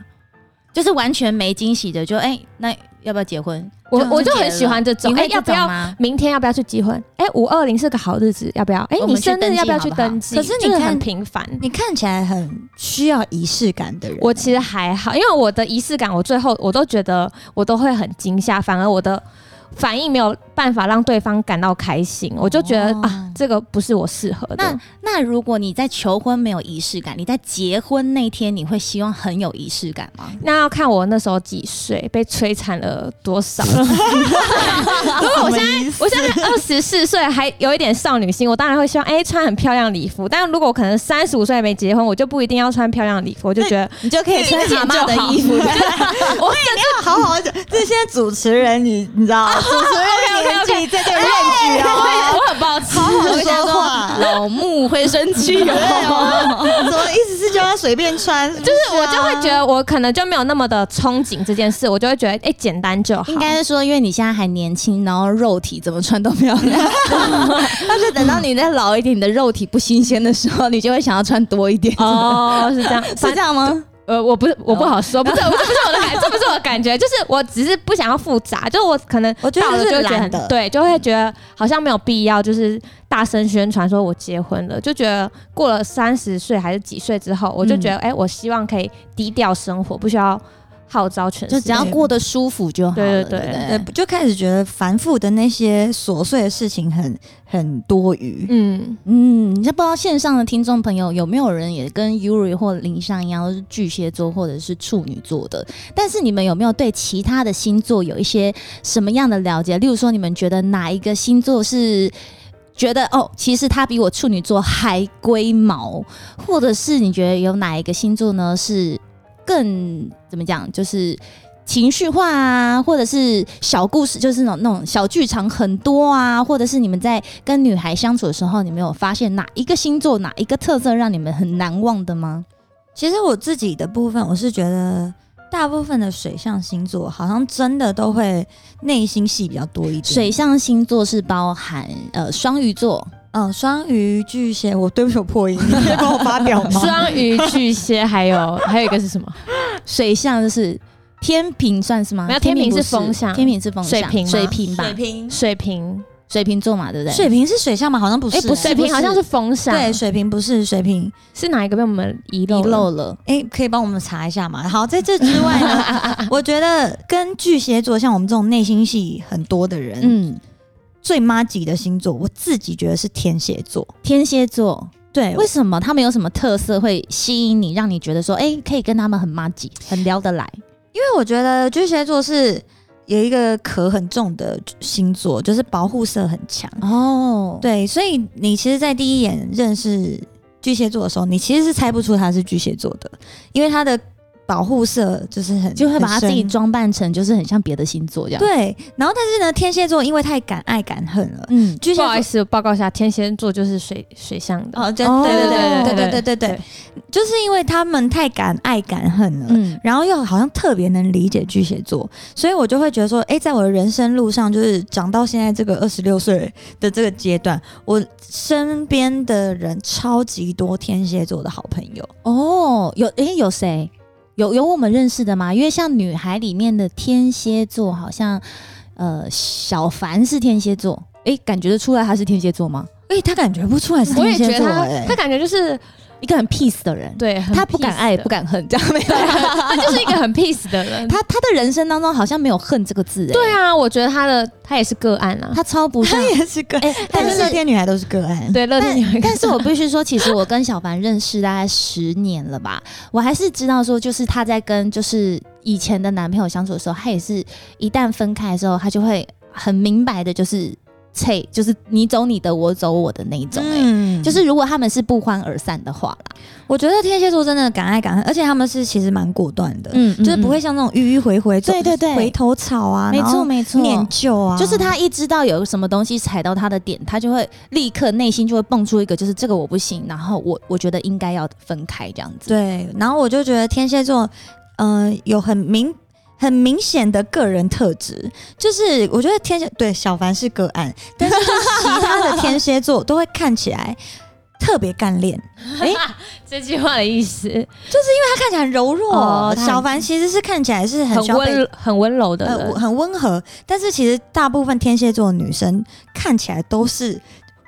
Speaker 3: 就是完全没惊喜的，就哎、那要不要结婚？
Speaker 6: 我
Speaker 3: 就
Speaker 6: 我就很喜欢这种，
Speaker 3: 你
Speaker 6: 哎、
Speaker 3: 会
Speaker 6: 要不要
Speaker 3: 这种吗？
Speaker 6: 明天要不要去集婚？哎，五二零是个好日子，要不要？哎，
Speaker 3: 我们
Speaker 6: 你生
Speaker 3: 去登
Speaker 6: 日
Speaker 3: 记
Speaker 6: 要不要去
Speaker 3: 好不好
Speaker 6: 登记？
Speaker 5: 可是你
Speaker 6: 就是
Speaker 5: 看
Speaker 6: 很平凡。
Speaker 5: 你看起来很需要仪式感的人，
Speaker 6: 我其实还好，因为我的仪式感，我最后我都觉得我都会很惊吓，反而我的反应没有办法让对方感到开心，我就觉得、
Speaker 5: 哦
Speaker 6: 啊，这个不是我适合的。
Speaker 3: 那那如果你在求婚没有仪式感，你在结婚那天你会希望很有仪式感吗？
Speaker 6: 那要看我那时候几岁，被摧残了 多少。如果我现在我现在二十四岁，还有一点少女心，我当然会希望哎、穿很漂亮礼服。但如果我可能三十五岁还没结婚，我就不一定要穿漂亮礼服，我就觉得
Speaker 5: 你就可以穿
Speaker 6: 自己
Speaker 5: 蛤蟆的
Speaker 6: 就好
Speaker 5: 衣服。
Speaker 6: 我
Speaker 5: 要好好讲，这些主持人你你知道，主持人
Speaker 6: OK，OK，OK
Speaker 5: 年纪在这个 range 哦，
Speaker 6: 我很抱歉。
Speaker 5: 好好说话。
Speaker 3: 老木会生气
Speaker 5: 对哦，什么意思是叫他随便穿？是不
Speaker 6: 就是我
Speaker 5: 啊
Speaker 6: 就会觉得我可能就没有那么的憧憬这件事，我就会觉得哎、简单就好。
Speaker 3: 应该是说，因为你现在还年轻，然后肉体怎么穿都漂亮。但是等到你再老一点，你的肉体不新鲜的时候，你就会想要穿多一点。
Speaker 6: 哦，是这样，
Speaker 3: 是这样吗？哦
Speaker 6: 呃，我不是，我不好说，不是，不是，不是我的 感，这不是我的感觉，就是我只是不想要复杂，就是我可能
Speaker 5: 我觉得
Speaker 6: 到了
Speaker 5: 就是
Speaker 6: 就会觉得
Speaker 5: 懒
Speaker 6: 很
Speaker 5: 得
Speaker 6: 对，就会觉得好像没有必要，就是大声宣传说我结婚了，就觉得过了三十岁还是几岁之后，我就觉得
Speaker 3: 嗯
Speaker 6: 哎、我希望可以低调生活，不需要号召全世
Speaker 3: 就
Speaker 6: 界，
Speaker 3: 只要过得舒服就好了。
Speaker 6: 对
Speaker 3: 对
Speaker 6: 对对
Speaker 3: 不
Speaker 5: 呃，就开始觉得繁复的那些琐碎的事情很很多余。
Speaker 6: 嗯，
Speaker 3: 嗯，你这不知道线上的听众朋友有没有人也跟 Yuri 或林尚一样，都是巨蟹座或者是处女座的？但是你们有没有对其他的星座有一些什么样的了解？例如说，你们觉得哪一个星座是觉得哦，其实他比我处女座还龟毛，或者是你觉得有哪一个星座呢是更怎么讲，就是情绪化啊，或者是小故事，就是那种那种小剧场很多啊，或者是你们在跟女孩相处的时候，你们有发现哪一个星座哪一个特色让你们很难忘的吗？
Speaker 5: 其实我自己的部分，我是觉得大部分的水象星座好像真的都会内心戏比较多一点。
Speaker 3: 水象星座是包含呃双鱼座，
Speaker 5: 嗯，双鱼、巨蟹，我对不起，我破音，你 可以帮我发表 吗？
Speaker 6: 双鱼、巨蟹，还有还有一个是什么？
Speaker 3: 水象就是天平算是吗？
Speaker 6: 没有天平
Speaker 3: 啊不
Speaker 6: 是风象
Speaker 3: 天平是风象，
Speaker 6: 水瓶吗
Speaker 3: 水瓶吧，
Speaker 5: 瓶，
Speaker 6: 水瓶，
Speaker 3: 水瓶座嘛，对不对？
Speaker 5: 水瓶是水象吗？好像不是、
Speaker 3: 哎不是
Speaker 6: 水瓶好像是风象，
Speaker 5: 对，水瓶不是水瓶。
Speaker 6: 是哪一个被我们遗
Speaker 3: 遗
Speaker 6: 漏了？
Speaker 3: 漏了，
Speaker 5: 哎、可以帮我们查一下吗？好，在这之 外呢，我觉得跟巨蟹座像我们这种内心戏很多的人，
Speaker 3: 嗯，
Speaker 5: 最妈吉的星座，我自己觉得是天蝎座。
Speaker 3: 天蝎座。
Speaker 5: 对，
Speaker 3: 为什么他们有什么特色会吸引你，让你觉得说，哎、可以跟他们很妈吉，很聊得来？
Speaker 5: 因为我觉得巨蟹座是有一个壳很重的星座，就是保护色很强。
Speaker 3: 哦，
Speaker 5: 对，所以你其实，在第一眼认识巨蟹座的时候，你其实是猜不出他是巨蟹座的，因为他的保护色就是很
Speaker 3: 就会把他自己
Speaker 5: 很深
Speaker 3: 装扮成就是很像别的星座这样。，
Speaker 5: 对。然后，但是呢，天蝎座因为太敢爱敢恨了，
Speaker 3: 嗯，
Speaker 5: 巨
Speaker 6: 不
Speaker 5: 蟹座
Speaker 6: 好意思，报告一下，天蝎座就是水水象的。
Speaker 5: 哦，对
Speaker 3: 哦
Speaker 5: 对对对对对对
Speaker 6: 对
Speaker 5: 对对，就是因为他们太敢爱敢恨了。
Speaker 3: 嗯，
Speaker 5: 然后又好像特别能理解巨蟹座，所以我就会觉得说，哎，在我的人生路上，就是长到现在这个二十六岁的这个阶段，我身边的人超级多天蝎座的好朋友，
Speaker 3: 哦，有诶、有谁？有有我们认识的吗？因为像女孩里面的天蝎座，好像呃小凡是天蝎座，诶、感觉得出来他是天蝎座吗？
Speaker 5: 哎，他感觉不出来是
Speaker 6: 我
Speaker 5: 天
Speaker 6: 也觉
Speaker 5: 蝎
Speaker 6: 得
Speaker 5: 座，
Speaker 6: 他
Speaker 5: 哎，
Speaker 6: 他感觉就是
Speaker 3: 一个很 peace 的人，
Speaker 6: 对，很
Speaker 3: 他不敢
Speaker 6: peace
Speaker 3: 爱也
Speaker 6: 的
Speaker 3: 不，敢恨，这样没有
Speaker 6: 对， 他就是一个很 peace 的人。
Speaker 3: 他他的人生当中好像没有恨这个字、欸，
Speaker 6: 对啊，我觉得他的他也是个案啊，
Speaker 3: 他超不像
Speaker 5: 她。也是个，
Speaker 3: 哎、但
Speaker 5: 但是
Speaker 3: 是
Speaker 5: 乐天女孩都是个案。
Speaker 6: 对乐天有一
Speaker 3: 但
Speaker 6: 个
Speaker 3: 但是我必须说，其实我跟小凡认识大概十年了吧，我还是知道说，就是她在跟就是以前的男朋友相处的时候，她也是一旦分开之后，她就会很明白的，就是切，就是你走你的，我走我的那一种、欸，
Speaker 5: 嗯
Speaker 3: 就是如果他们是不欢而散的话啦，
Speaker 5: 我觉得天蝎座真的敢爱敢恨，而且他们是其实蛮果断的，
Speaker 3: 嗯，
Speaker 5: 就是不会像那种迂迂回回，
Speaker 3: 对对对
Speaker 5: 回头草啊，
Speaker 3: 没
Speaker 5: 然后
Speaker 3: 错没错，
Speaker 5: 念旧啊，
Speaker 3: 就是他一知道有什么东西踩到他的点，他就会立刻内心就会蹦出一个，就是这个我不行，然后我我觉得应该要分开这样子。，
Speaker 5: 对，然后我就觉得天蝎座，嗯、有很明很明显的个人特质，就是我觉得天蝎对小凡是个案，但是就是其他的天蝎座 都会看起来特别干练，
Speaker 6: 这句话的意思，
Speaker 5: 他看起来很柔弱。
Speaker 3: 哦他很
Speaker 5: 小凡其实是看起来是很
Speaker 6: 很
Speaker 5: 需要被
Speaker 6: 温很温柔的
Speaker 5: 呃
Speaker 6: 人，
Speaker 5: 很温和，但是其实大部分天蝎座的女生看起来都是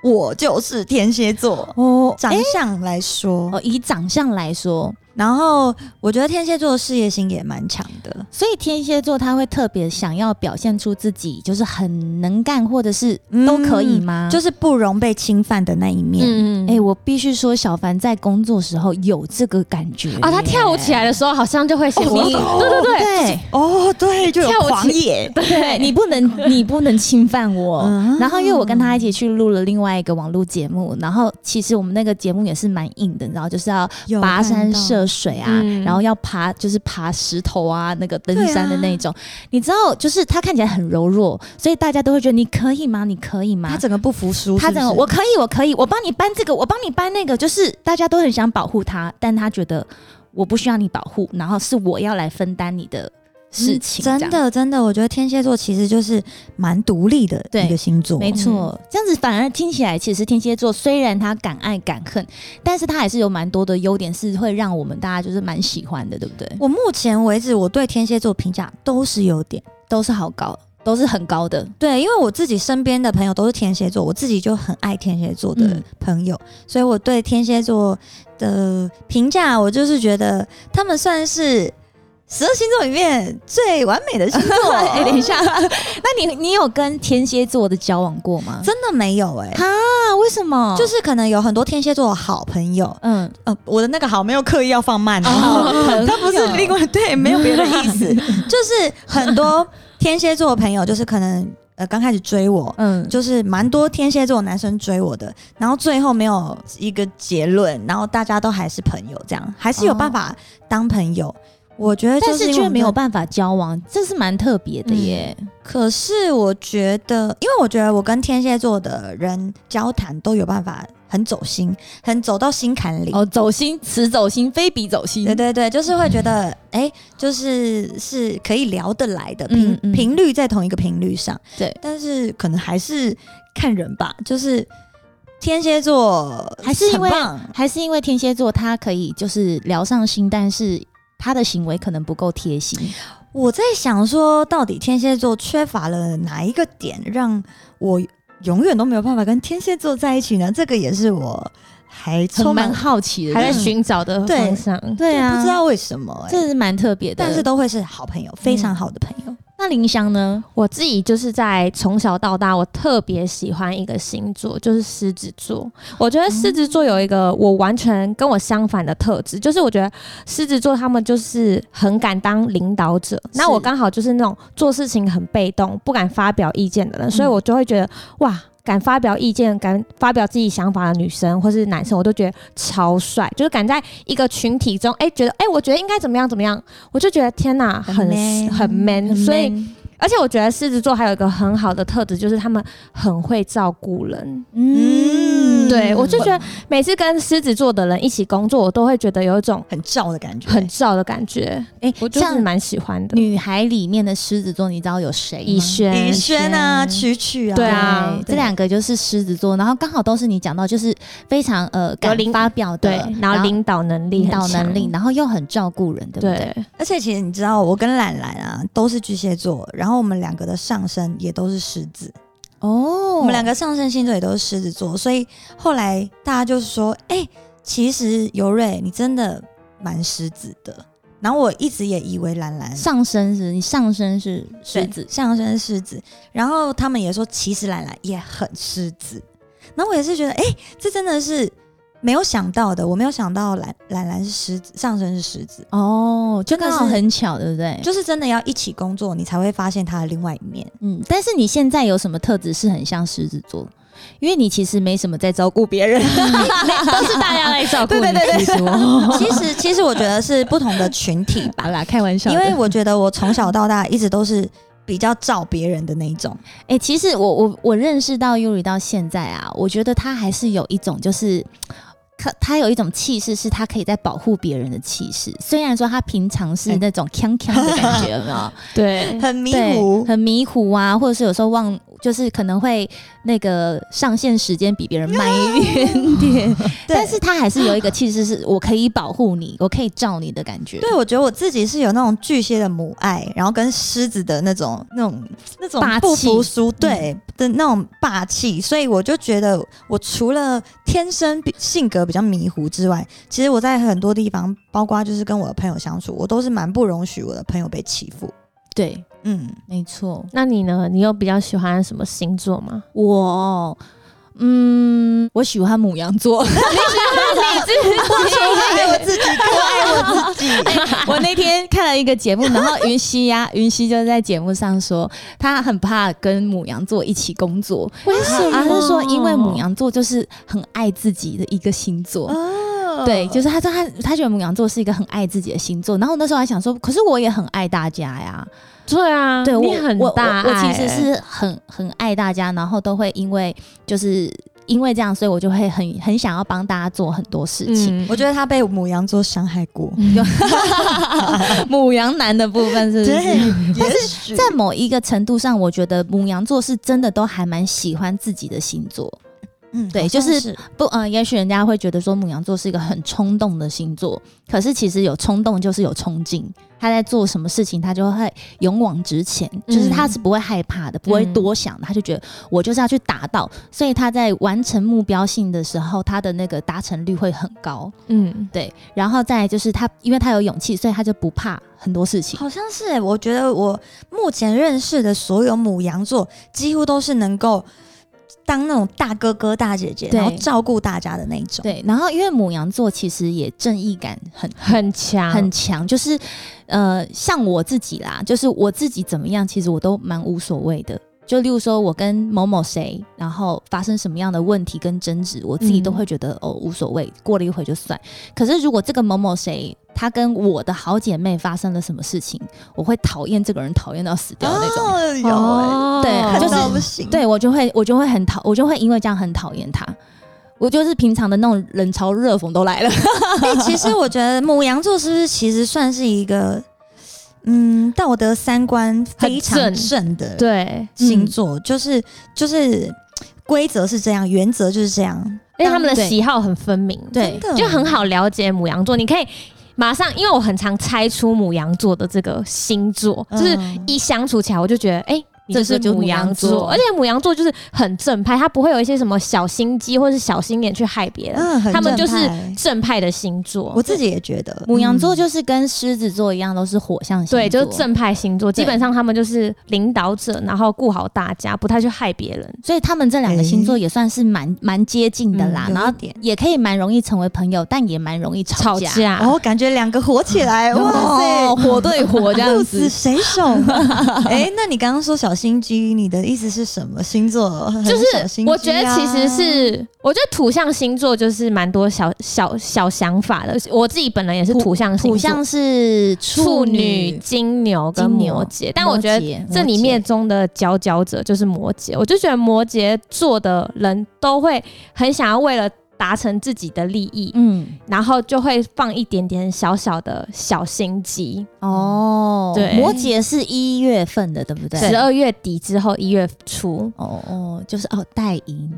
Speaker 5: 我就是天蝎座。
Speaker 3: 哦
Speaker 5: 长相来说，
Speaker 3: 哦，以长相来说，
Speaker 5: 然后我觉得天蝎座的事业心也蛮强的，
Speaker 3: 所以天蝎座他会特别想要表现出自己就是很能干，或者是都可以吗？。
Speaker 5: 就是是不容被侵犯的那一面。
Speaker 6: 嗯嗯，
Speaker 3: 嗯哎、
Speaker 6: 哎、
Speaker 3: 我必须说，小凡在工作时候有这个感觉
Speaker 6: 啊，他跳舞起来的时候好像就会显
Speaker 5: 哦
Speaker 6: 明，对对对，
Speaker 3: 对，
Speaker 5: 哦，对，就有
Speaker 6: 跳舞
Speaker 5: 狂
Speaker 6: 起
Speaker 5: 野，
Speaker 3: 对你不 能，你不能侵犯我。
Speaker 5: 嗯
Speaker 3: 然后，因为我跟他一起去录了另外一个网络节目，然后其实我们那个节目也是蛮硬的，然后就是要
Speaker 5: 有
Speaker 3: 跋山
Speaker 5: 看到
Speaker 3: 涉水啊，
Speaker 6: 嗯
Speaker 3: 然后要爬就是爬石头啊，那个登
Speaker 5: 对啊
Speaker 3: 山的那种。你知道，就是他看起来很柔弱，所以大家都会觉得你可以吗？你可以
Speaker 5: 他
Speaker 3: 吗？
Speaker 5: 整个不服输，
Speaker 3: 他
Speaker 5: 是不
Speaker 3: 怎么？
Speaker 5: 是
Speaker 3: 我可以，我可以，我帮你搬这个，我帮你搬那个，就是大家都很想保护他，但他觉得我不需要你保护，然后是我要来分担你的事情，这样
Speaker 5: 嗯真的真的，我觉得天蝎座其实就是蛮独立的
Speaker 3: 对
Speaker 5: 一个星座，
Speaker 3: 没错，这样子反而听起来，其实天蝎座虽然他敢爱敢恨，但是他还是有蛮多的优点，是会让我们大家就是蛮喜欢的，对不对？
Speaker 5: 我目前为止，我对天蝎座评价都是优点。
Speaker 3: 都是好高，都是很高的。
Speaker 5: 对，因为我自己身边的朋友都是天蝎座，我自己就很爱天蝎座的
Speaker 3: 嗯
Speaker 5: 朋友，所以我对天蝎座的评价，我就是觉得他们算是十二星座里面最完美的星座。
Speaker 3: 哎、等一下， 那你你有跟天蝎座的交往过吗？
Speaker 5: 真的没有哎、
Speaker 3: 啊，为什么
Speaker 5: 就
Speaker 3: 就是
Speaker 5: 是可能有很多天蝎座的好朋友，
Speaker 3: 嗯，
Speaker 5: 呃，我的那个好没有刻意要放慢哦，
Speaker 3: 哦
Speaker 5: 他不是另外对，没有别的意思， 就是很多天蝎座的朋友，就是可能呃刚开始追我，
Speaker 3: 嗯，
Speaker 5: 就是蛮多天蝎座男生追我的，然后最后没有一个结论，然后大家都还是朋友，这样还是有办法当朋友。我觉得就
Speaker 3: 但是
Speaker 5: 因为我
Speaker 3: 却
Speaker 5: 们
Speaker 3: 没有
Speaker 5: 的，嗯
Speaker 3: 办法交往，这是蛮特别的耶。
Speaker 5: 可是我觉得，因为我觉得我跟天蝎座的人交谈都有办法很走心，很走到心坎里。
Speaker 3: 哦，走心，此走心，非彼走心。
Speaker 5: 对对对，就是会觉得，哎、就是是可以聊得来的，频
Speaker 3: 嗯嗯
Speaker 5: 频、率在同一个频率上。
Speaker 3: 对，
Speaker 5: 但是可能还是看人吧，就是天蝎座
Speaker 3: 还是因为
Speaker 5: 很棒
Speaker 3: 还是因为天蝎座他可以就是聊上心，但是他的行为可能不够贴心。
Speaker 5: 我在想说，到底天蝎座缺乏了哪一个点，让我永远都没有办法跟天蝎座在一起呢？这个也是我还充
Speaker 3: 充
Speaker 5: 满
Speaker 3: 满好奇的，
Speaker 6: 还在寻找的
Speaker 5: 对
Speaker 6: 方向。
Speaker 3: 嗯对啊，
Speaker 5: 不知道为什么、欸，
Speaker 3: 这是蛮特别的。
Speaker 5: 但是都会是好朋友，非常好的朋友。
Speaker 3: 那林香呢？
Speaker 6: 我自己就是在从小到大，我特别喜欢一个星座，就是狮子座。我觉得狮子座有一个我完全跟我相反的特质，就是我觉得狮子座他们就是很敢当领导者。那我刚好就是那种做事情很被动、不敢发表意见的人，所以我就会觉得哇。敢发表意见、敢发表自己想法的女生或是男生，我都觉得超帅。就是敢在一个群体中，哎、觉得哎、我觉得应该怎么样怎么样，我就觉得天哪，
Speaker 5: 很
Speaker 6: 很
Speaker 5: man
Speaker 6: 很 man。
Speaker 3: 很
Speaker 6: 所以
Speaker 3: man
Speaker 6: 而且我觉得狮子座还有一个很好的特质，就是他们很会照顾人。
Speaker 5: 嗯
Speaker 6: 对我就觉得每次跟狮子座的人一起工作，我都会觉得有一种
Speaker 5: 很照的感觉，
Speaker 6: 很照的感觉，
Speaker 3: 哎、
Speaker 6: 我就是
Speaker 3: 像
Speaker 6: 蛮喜欢的。
Speaker 3: 女孩里面的狮子座，你知道有谁吗？
Speaker 6: 以轩
Speaker 5: 李，轩啊，
Speaker 3: 轩
Speaker 5: 曲曲啊，
Speaker 6: 对
Speaker 3: 对
Speaker 6: 啊
Speaker 3: 这两个就是狮子座，然后刚好都是你讲到，就是非常呃敢
Speaker 6: 领
Speaker 3: 发表的，
Speaker 6: 对，然后领导能力
Speaker 3: 领
Speaker 6: 很
Speaker 3: 导
Speaker 6: 强，
Speaker 3: 能力，然后又很照顾人，对不对？
Speaker 6: 对，
Speaker 5: 而且其实你知道，我跟懒懒啊都是巨蟹座，然后我们两个的上升也都是狮子，
Speaker 3: 哦，
Speaker 5: 我们两
Speaker 3: 个
Speaker 5: 个上升星座也都是狮子座，所以后来大家就是说，哎、其实尤瑞，你真的蛮狮子的。然后我一直也以为兰兰
Speaker 3: 上身是你上身是狮子
Speaker 5: 对，上升狮子，然后他们也说其实兰兰也很狮子。然后我也是觉得，哎、这真的是没有想到的，我没有想到兰兰兰是狮子，上升是狮子，
Speaker 3: 哦，就刚好
Speaker 5: 但是
Speaker 3: 很巧，对不对？
Speaker 5: 就是真的要一起工作，你才会发现他的另外一面。
Speaker 3: 嗯，但是你现在有什么特质是很像狮子座？因为你其实没什么在照顾别 人，
Speaker 6: 都是大家来照顾你。
Speaker 3: 对对对对
Speaker 6: 其实我
Speaker 5: 其实，其实我觉得是不同的群体吧
Speaker 3: 好，啦，开玩笑的。
Speaker 5: 因为我觉得我从小到大一直都是比较照别人的那一 种。
Speaker 3: 哎、其实我我我认识到 Yuri 到现在啊，我觉得他还是有一种就是。可他有一种气势，是他可以在保护别人的气势。虽然说他平常是
Speaker 5: 哎
Speaker 3: 那种锵锵的感觉，有没 有？
Speaker 6: 对
Speaker 5: 很迷
Speaker 3: 对
Speaker 5: 糊，
Speaker 3: 很迷糊啊，或者是有时候忘，就是可能会那个上线时间比别人慢一点 点。
Speaker 5: 对
Speaker 3: 但是他还是有一个气势，是我可以保护你，我可以罩你的感觉。
Speaker 5: 对，我觉得我自己是有那种巨蟹的母爱，然后跟狮子的那种、那种、那种
Speaker 3: 霸气
Speaker 5: 不服输，对的那种霸气，所以我就觉得我除了天生比性格比较迷糊之外，其实我在很多地方，包括就是跟我的朋友相处，我都是蛮不容许我的朋友被欺负。
Speaker 3: 对，
Speaker 5: 嗯，
Speaker 3: 没错。
Speaker 6: 那你呢？你有比较喜欢什么星座吗？
Speaker 3: 我，嗯，我喜欢母羊座。
Speaker 5: 爱我自己，多爱我自 己。
Speaker 3: 哎我那天看了一个节目，然后云溪 呀、云溪就在节目上说，她很怕跟母羊座一起工作，
Speaker 6: 为
Speaker 5: 哦
Speaker 6: 什
Speaker 3: 啊，她是说因为母羊座就是很爱自己的一个星座。
Speaker 5: 哦
Speaker 3: 对，就是她说她她觉得母羊座是一个很爱自己的星座，然后我那时候还想说，可是我也很爱大家呀，
Speaker 6: 对啊，
Speaker 3: 对我
Speaker 6: 你很
Speaker 3: 我
Speaker 6: 大欸
Speaker 3: 我，我
Speaker 6: 爱
Speaker 3: 其
Speaker 5: 哎
Speaker 3: 实是很很爱大家，然后都会因为就是因为这样，所以我就会很很想要帮大家做很多事情。
Speaker 6: 嗯，
Speaker 5: 我觉得他被母羊座伤害过，
Speaker 3: 母羊男的部分是不是？
Speaker 5: 也许
Speaker 3: 在某一个程度上，我觉得母羊座是真的都还蛮喜欢自己的星座。
Speaker 5: 嗯
Speaker 3: 对
Speaker 5: 好
Speaker 3: 就
Speaker 5: 像
Speaker 3: 是不，嗯、也许人家会觉得说母羊座是一个很冲动的星座，可是其实有冲动就是有冲劲。他在做什么事情，他就会勇往直前，就是他是不会害怕的，不会多想的，他就觉得我就是要去达到，所以他在完成目标性的时候，他的那个达成率会很高。
Speaker 6: 嗯，
Speaker 3: 对，然后再来就是他，因为他有勇气，所以他就不怕很多事情。
Speaker 5: 好像是欸，我觉得我目前认识的所有母羊座，几乎都是能够当那种大哥哥、大姐姐，
Speaker 3: 对
Speaker 5: 然后照顾大家的那种。，
Speaker 3: 对，然后因为母羊座其实也正义感很
Speaker 6: 很强，
Speaker 3: 很强，就是呃，像我自己啦，就是我自己怎么样，其实我都蛮无所谓的。就例如说，我跟某某谁，然后发生什么样的问题跟争执，我自己都
Speaker 6: 嗯
Speaker 3: 会觉得、哦无所谓，过了一会就算。可是如果这个某某谁，她跟我的好姐妹发生了什么事情，我会讨厌这个人，讨厌到死掉那
Speaker 7: 啊
Speaker 3: 种。
Speaker 5: 哦，有欸，
Speaker 6: 哦
Speaker 3: 对
Speaker 5: 看
Speaker 3: 就是
Speaker 5: 到不行。
Speaker 3: 对我就会我就会很讨，我就会因为这样很讨厌他。我就是平常的那种冷嘲热讽都来了。
Speaker 6: 哎
Speaker 5: 欸，其实我觉得母羊座是不是其实算是一个，嗯，道德三观非常
Speaker 6: 很正
Speaker 5: 正嗯的
Speaker 6: 对，
Speaker 5: 星座，就是就是规则是这样，原则就是这样，
Speaker 6: 因为他们的
Speaker 3: 对
Speaker 6: 喜好很分明，
Speaker 3: 对
Speaker 5: 真的
Speaker 6: 就很好了解母羊座。你可以马上，因为我很常猜出母羊座的这个星座，就是
Speaker 5: 嗯
Speaker 6: 一相处起来，我就觉得，哎、你
Speaker 3: 这个就是
Speaker 6: 母
Speaker 3: 母羊
Speaker 6: 羊
Speaker 3: 座
Speaker 6: 而且母羊座就是很正派，他不会有一些什么小心机或是小心眼去害别人，
Speaker 5: 嗯，很
Speaker 6: 他们就是
Speaker 5: 正派
Speaker 6: 正派的星座。
Speaker 5: 我自己也觉得，
Speaker 3: 母羊座就是跟狮子座一样，都是火象星座，
Speaker 6: 嗯对，就是正派星座，
Speaker 3: 对
Speaker 6: 基本上他们就是领导者，然后顾好大家，不太去害别人。
Speaker 3: 所以他们这两个星
Speaker 6: 哎
Speaker 3: 座也算是蛮蛮接近的啦，
Speaker 5: 嗯有一
Speaker 3: 然后
Speaker 5: 点
Speaker 3: 也可以蛮容易成为朋友，但也蛮容易
Speaker 6: 吵
Speaker 3: 架。
Speaker 6: 架，
Speaker 5: 然后哦感觉两个火起来，哇塞啊
Speaker 3: 哦，，火对火这样
Speaker 5: 鹿
Speaker 3: 子
Speaker 5: 死，谁手？哎、那你刚刚说小心机，你的意思是什么星座？
Speaker 6: 就
Speaker 5: 很小
Speaker 6: 是
Speaker 5: 心机啊
Speaker 6: 我觉得其实是，我觉得土象星座就是蛮多小小小想法的。我自己本人也是土象星座，
Speaker 3: 土象是
Speaker 6: 处
Speaker 3: 处
Speaker 6: 女、
Speaker 3: 女、
Speaker 6: 金牛跟
Speaker 3: 金牛
Speaker 6: 摩羯，但我觉得
Speaker 3: 摩羯
Speaker 6: 这里面中的佼佼者就是摩羯。我就觉得摩羯座的人都会很想要为了达成自己的利益，
Speaker 3: 嗯
Speaker 6: 然后就会放一点点小小的小心机。
Speaker 3: 哦，
Speaker 6: 对
Speaker 3: 摩羯是一月份的，对不对？
Speaker 6: 十二月底之后一月初
Speaker 3: 哦哦，就是哦，代银，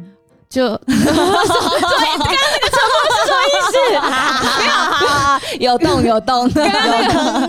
Speaker 6: 就，所以刚刚那个称呼是
Speaker 3: 有动有动，
Speaker 6: 刚刚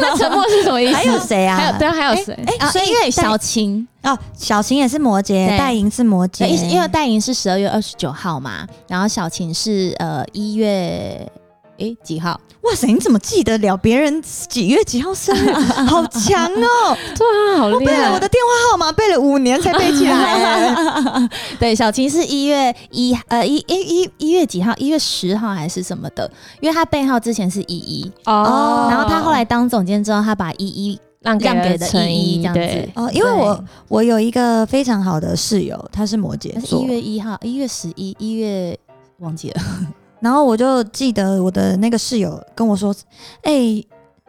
Speaker 6: 的沉默是什么意思？
Speaker 5: 还有谁啊？
Speaker 6: 还有对啊，还有谁？
Speaker 3: 啊
Speaker 5: 所以
Speaker 3: 因为
Speaker 5: 戴
Speaker 3: 小晴，
Speaker 5: 哦，小晴也是摩羯，
Speaker 3: 对
Speaker 5: 戴莹是摩羯，
Speaker 3: 对，因因为戴莹是十二月二十九号嘛，然后小晴是呃一月诶几 号？
Speaker 5: 哇塞，你怎么记得了别人几月几号生日？好强哦！
Speaker 6: 对啊，好厉
Speaker 5: 背了我
Speaker 6: 害！
Speaker 5: 的电话号码背了五年才背起来。
Speaker 3: 对，小晴是一月一呃一一一一月几号？一月十号还是什么的？因为她背号之前是一一，
Speaker 5: 哦
Speaker 3: 然后她后来当总监之后，她把一一
Speaker 6: 让
Speaker 3: 让给的
Speaker 6: 陈
Speaker 3: 一一
Speaker 6: 怡
Speaker 3: 这样子
Speaker 6: 对，
Speaker 5: 哦，因为我我有一个非常好的室友，他是摩羯
Speaker 3: 她是
Speaker 5: 座
Speaker 3: 一，月一号、一月十一、一月忘记了，
Speaker 5: 然后我就记得我的那个室友跟我说：“哎、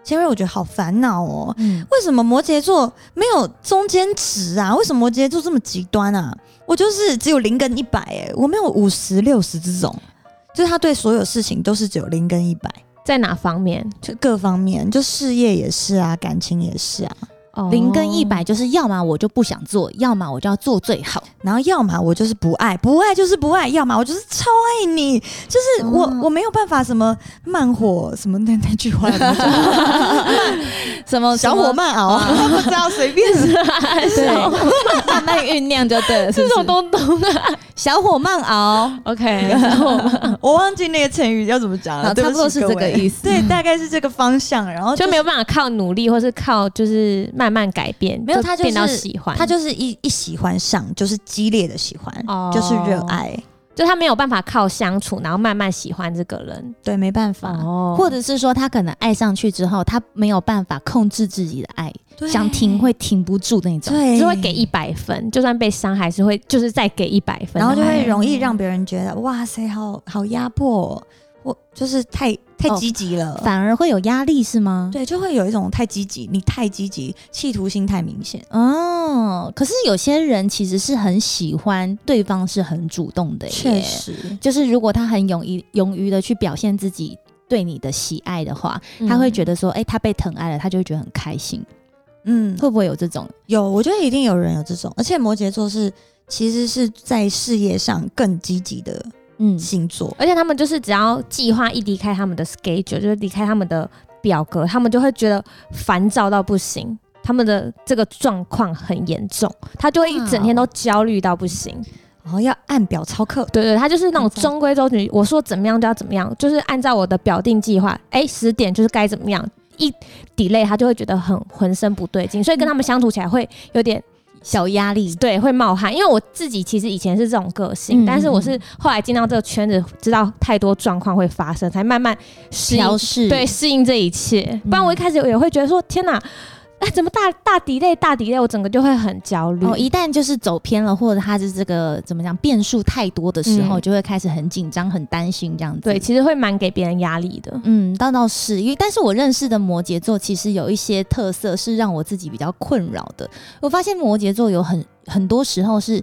Speaker 5: 千瑞，我觉得好烦恼哦，
Speaker 3: 嗯，
Speaker 5: 为什么摩羯座没有中间值啊？为什么摩羯座这么极端啊？我就是只有零跟一百，哎，我没有五十六十这种，就是他对所有事情都是只有零跟一百。”
Speaker 6: 在哪方面？
Speaker 5: 就各方面，就事业也是啊，感情也是啊。
Speaker 6: 哦
Speaker 3: 零跟一 百就是要么我就不想做，要么我就要做最好。
Speaker 5: 然后要么我就是不爱，不爱就是不爱；要么我就是超爱你，就是我、
Speaker 3: 哦
Speaker 5: 我没有办法什么慢火什么那那句话怎么讲，
Speaker 3: 什么
Speaker 5: 小火慢熬，不知道随便。
Speaker 3: 对，慢慢酝酿就对了，是不
Speaker 6: 这种
Speaker 3: 是？
Speaker 6: 东东啊
Speaker 3: 小火慢熬，
Speaker 6: ，OK，
Speaker 5: 我忘记那个成语要怎么讲了，
Speaker 3: 好
Speaker 5: 对不
Speaker 3: 差不多是
Speaker 5: 起各
Speaker 3: 这
Speaker 5: 位
Speaker 3: 个意思
Speaker 5: 对，大概是这个方向。然后
Speaker 6: 就是没有办法靠努力，或是靠就是慢慢改变，
Speaker 5: 没有他就
Speaker 6: 变到
Speaker 5: 是
Speaker 6: 喜欢，
Speaker 5: 他就是一一喜欢上，就是激烈的喜欢，
Speaker 6: 哦
Speaker 5: 就是热爱。
Speaker 6: 就他没有办法靠相处，然后慢慢喜欢这个人
Speaker 5: 对，没办法，
Speaker 6: 哦
Speaker 3: 或者是说他可能爱上去之后，他没有办法控制自己的爱，
Speaker 5: 对
Speaker 3: 想停会停不住那种。
Speaker 5: 对，
Speaker 6: 就会给一百分，就算被伤害是会就是再给一百分，
Speaker 5: 然后就会容易
Speaker 3: 嗯
Speaker 5: 让别人觉得哇塞，好好压迫、哦，我就是太太
Speaker 3: 哦
Speaker 5: 积极了，
Speaker 3: 反而会有压力是吗？
Speaker 5: 对，就会有一种太积极，你太积极，企图心太明显。
Speaker 3: 哦，可是有些人其实是很喜欢对方是很主动的耶，
Speaker 5: 确实，
Speaker 3: 就是如果他很勇于勇于的去表现自己对你的喜爱的话，
Speaker 6: 嗯
Speaker 3: 他会觉得说，哎、他被疼爱了，他就会觉得很开心。
Speaker 5: 嗯，
Speaker 3: 会不会有这种？
Speaker 5: 有，我觉得一定有人有这种，而且摩羯座是其实是在事业上更积极的
Speaker 3: 嗯，
Speaker 5: 星座，
Speaker 6: 而且他们就是只要计划一离开他们的 schedule，就是离开他们的表格，他们就会觉得烦躁到不行。他们的这个状况很严重，他就会一整天都焦虑到不行。
Speaker 5: 然后要按表操课，
Speaker 6: 对对，他就是那种
Speaker 5: 没错
Speaker 6: 中规中矩，我说怎么样就要怎么样，就是按照我的表定计划，哎，十点就是该怎么样。一 delay 他就会觉得很浑身不对劲，所以跟他们相处起来会有点
Speaker 3: 小压力。
Speaker 6: 对，会冒汗。因为我自己其实以前是这种个性，
Speaker 3: 嗯
Speaker 6: 但是我是后来进到这个圈子，知道太多状况会发生，才慢慢适应
Speaker 3: 调试
Speaker 6: 对，适应这一切。不然我一开始也会觉
Speaker 3: 嗯
Speaker 6: 得说，天哪，哎，怎么大大 delay 大 delay，我整个就会很焦虑。
Speaker 3: 哦，一旦就是走偏了，或者他是这个怎么讲变数太多的时候，
Speaker 6: 嗯
Speaker 3: 就会开始很紧张、很担心这样子。
Speaker 6: 对，，其实会蛮给别人压力的。
Speaker 3: 嗯，倒倒是因为，但是我认识的摩羯座其实有一些特色是让我自己比较困扰的。我发现摩羯座有很很多时候是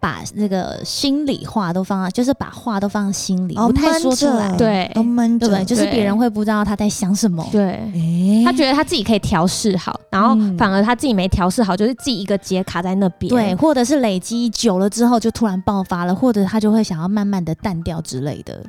Speaker 3: 把那个心里话都放在，就是把话都放在心里，
Speaker 5: 哦
Speaker 3: 不太说
Speaker 5: 闷
Speaker 3: 出
Speaker 5: 着
Speaker 3: 来，
Speaker 6: 对
Speaker 5: 都闷
Speaker 3: 对
Speaker 5: 着，
Speaker 3: 不对？就是
Speaker 6: 对
Speaker 3: 别人会不知道他在想什么。
Speaker 6: 对，
Speaker 5: 哎
Speaker 6: 他觉得他自己可以调试好，然后
Speaker 3: 嗯
Speaker 6: 反而他自己没调试好，就是自己一个结卡在那边。
Speaker 3: 对，或者是累积久了之后就突然爆发了，或者他就会想要慢慢的淡掉之类的。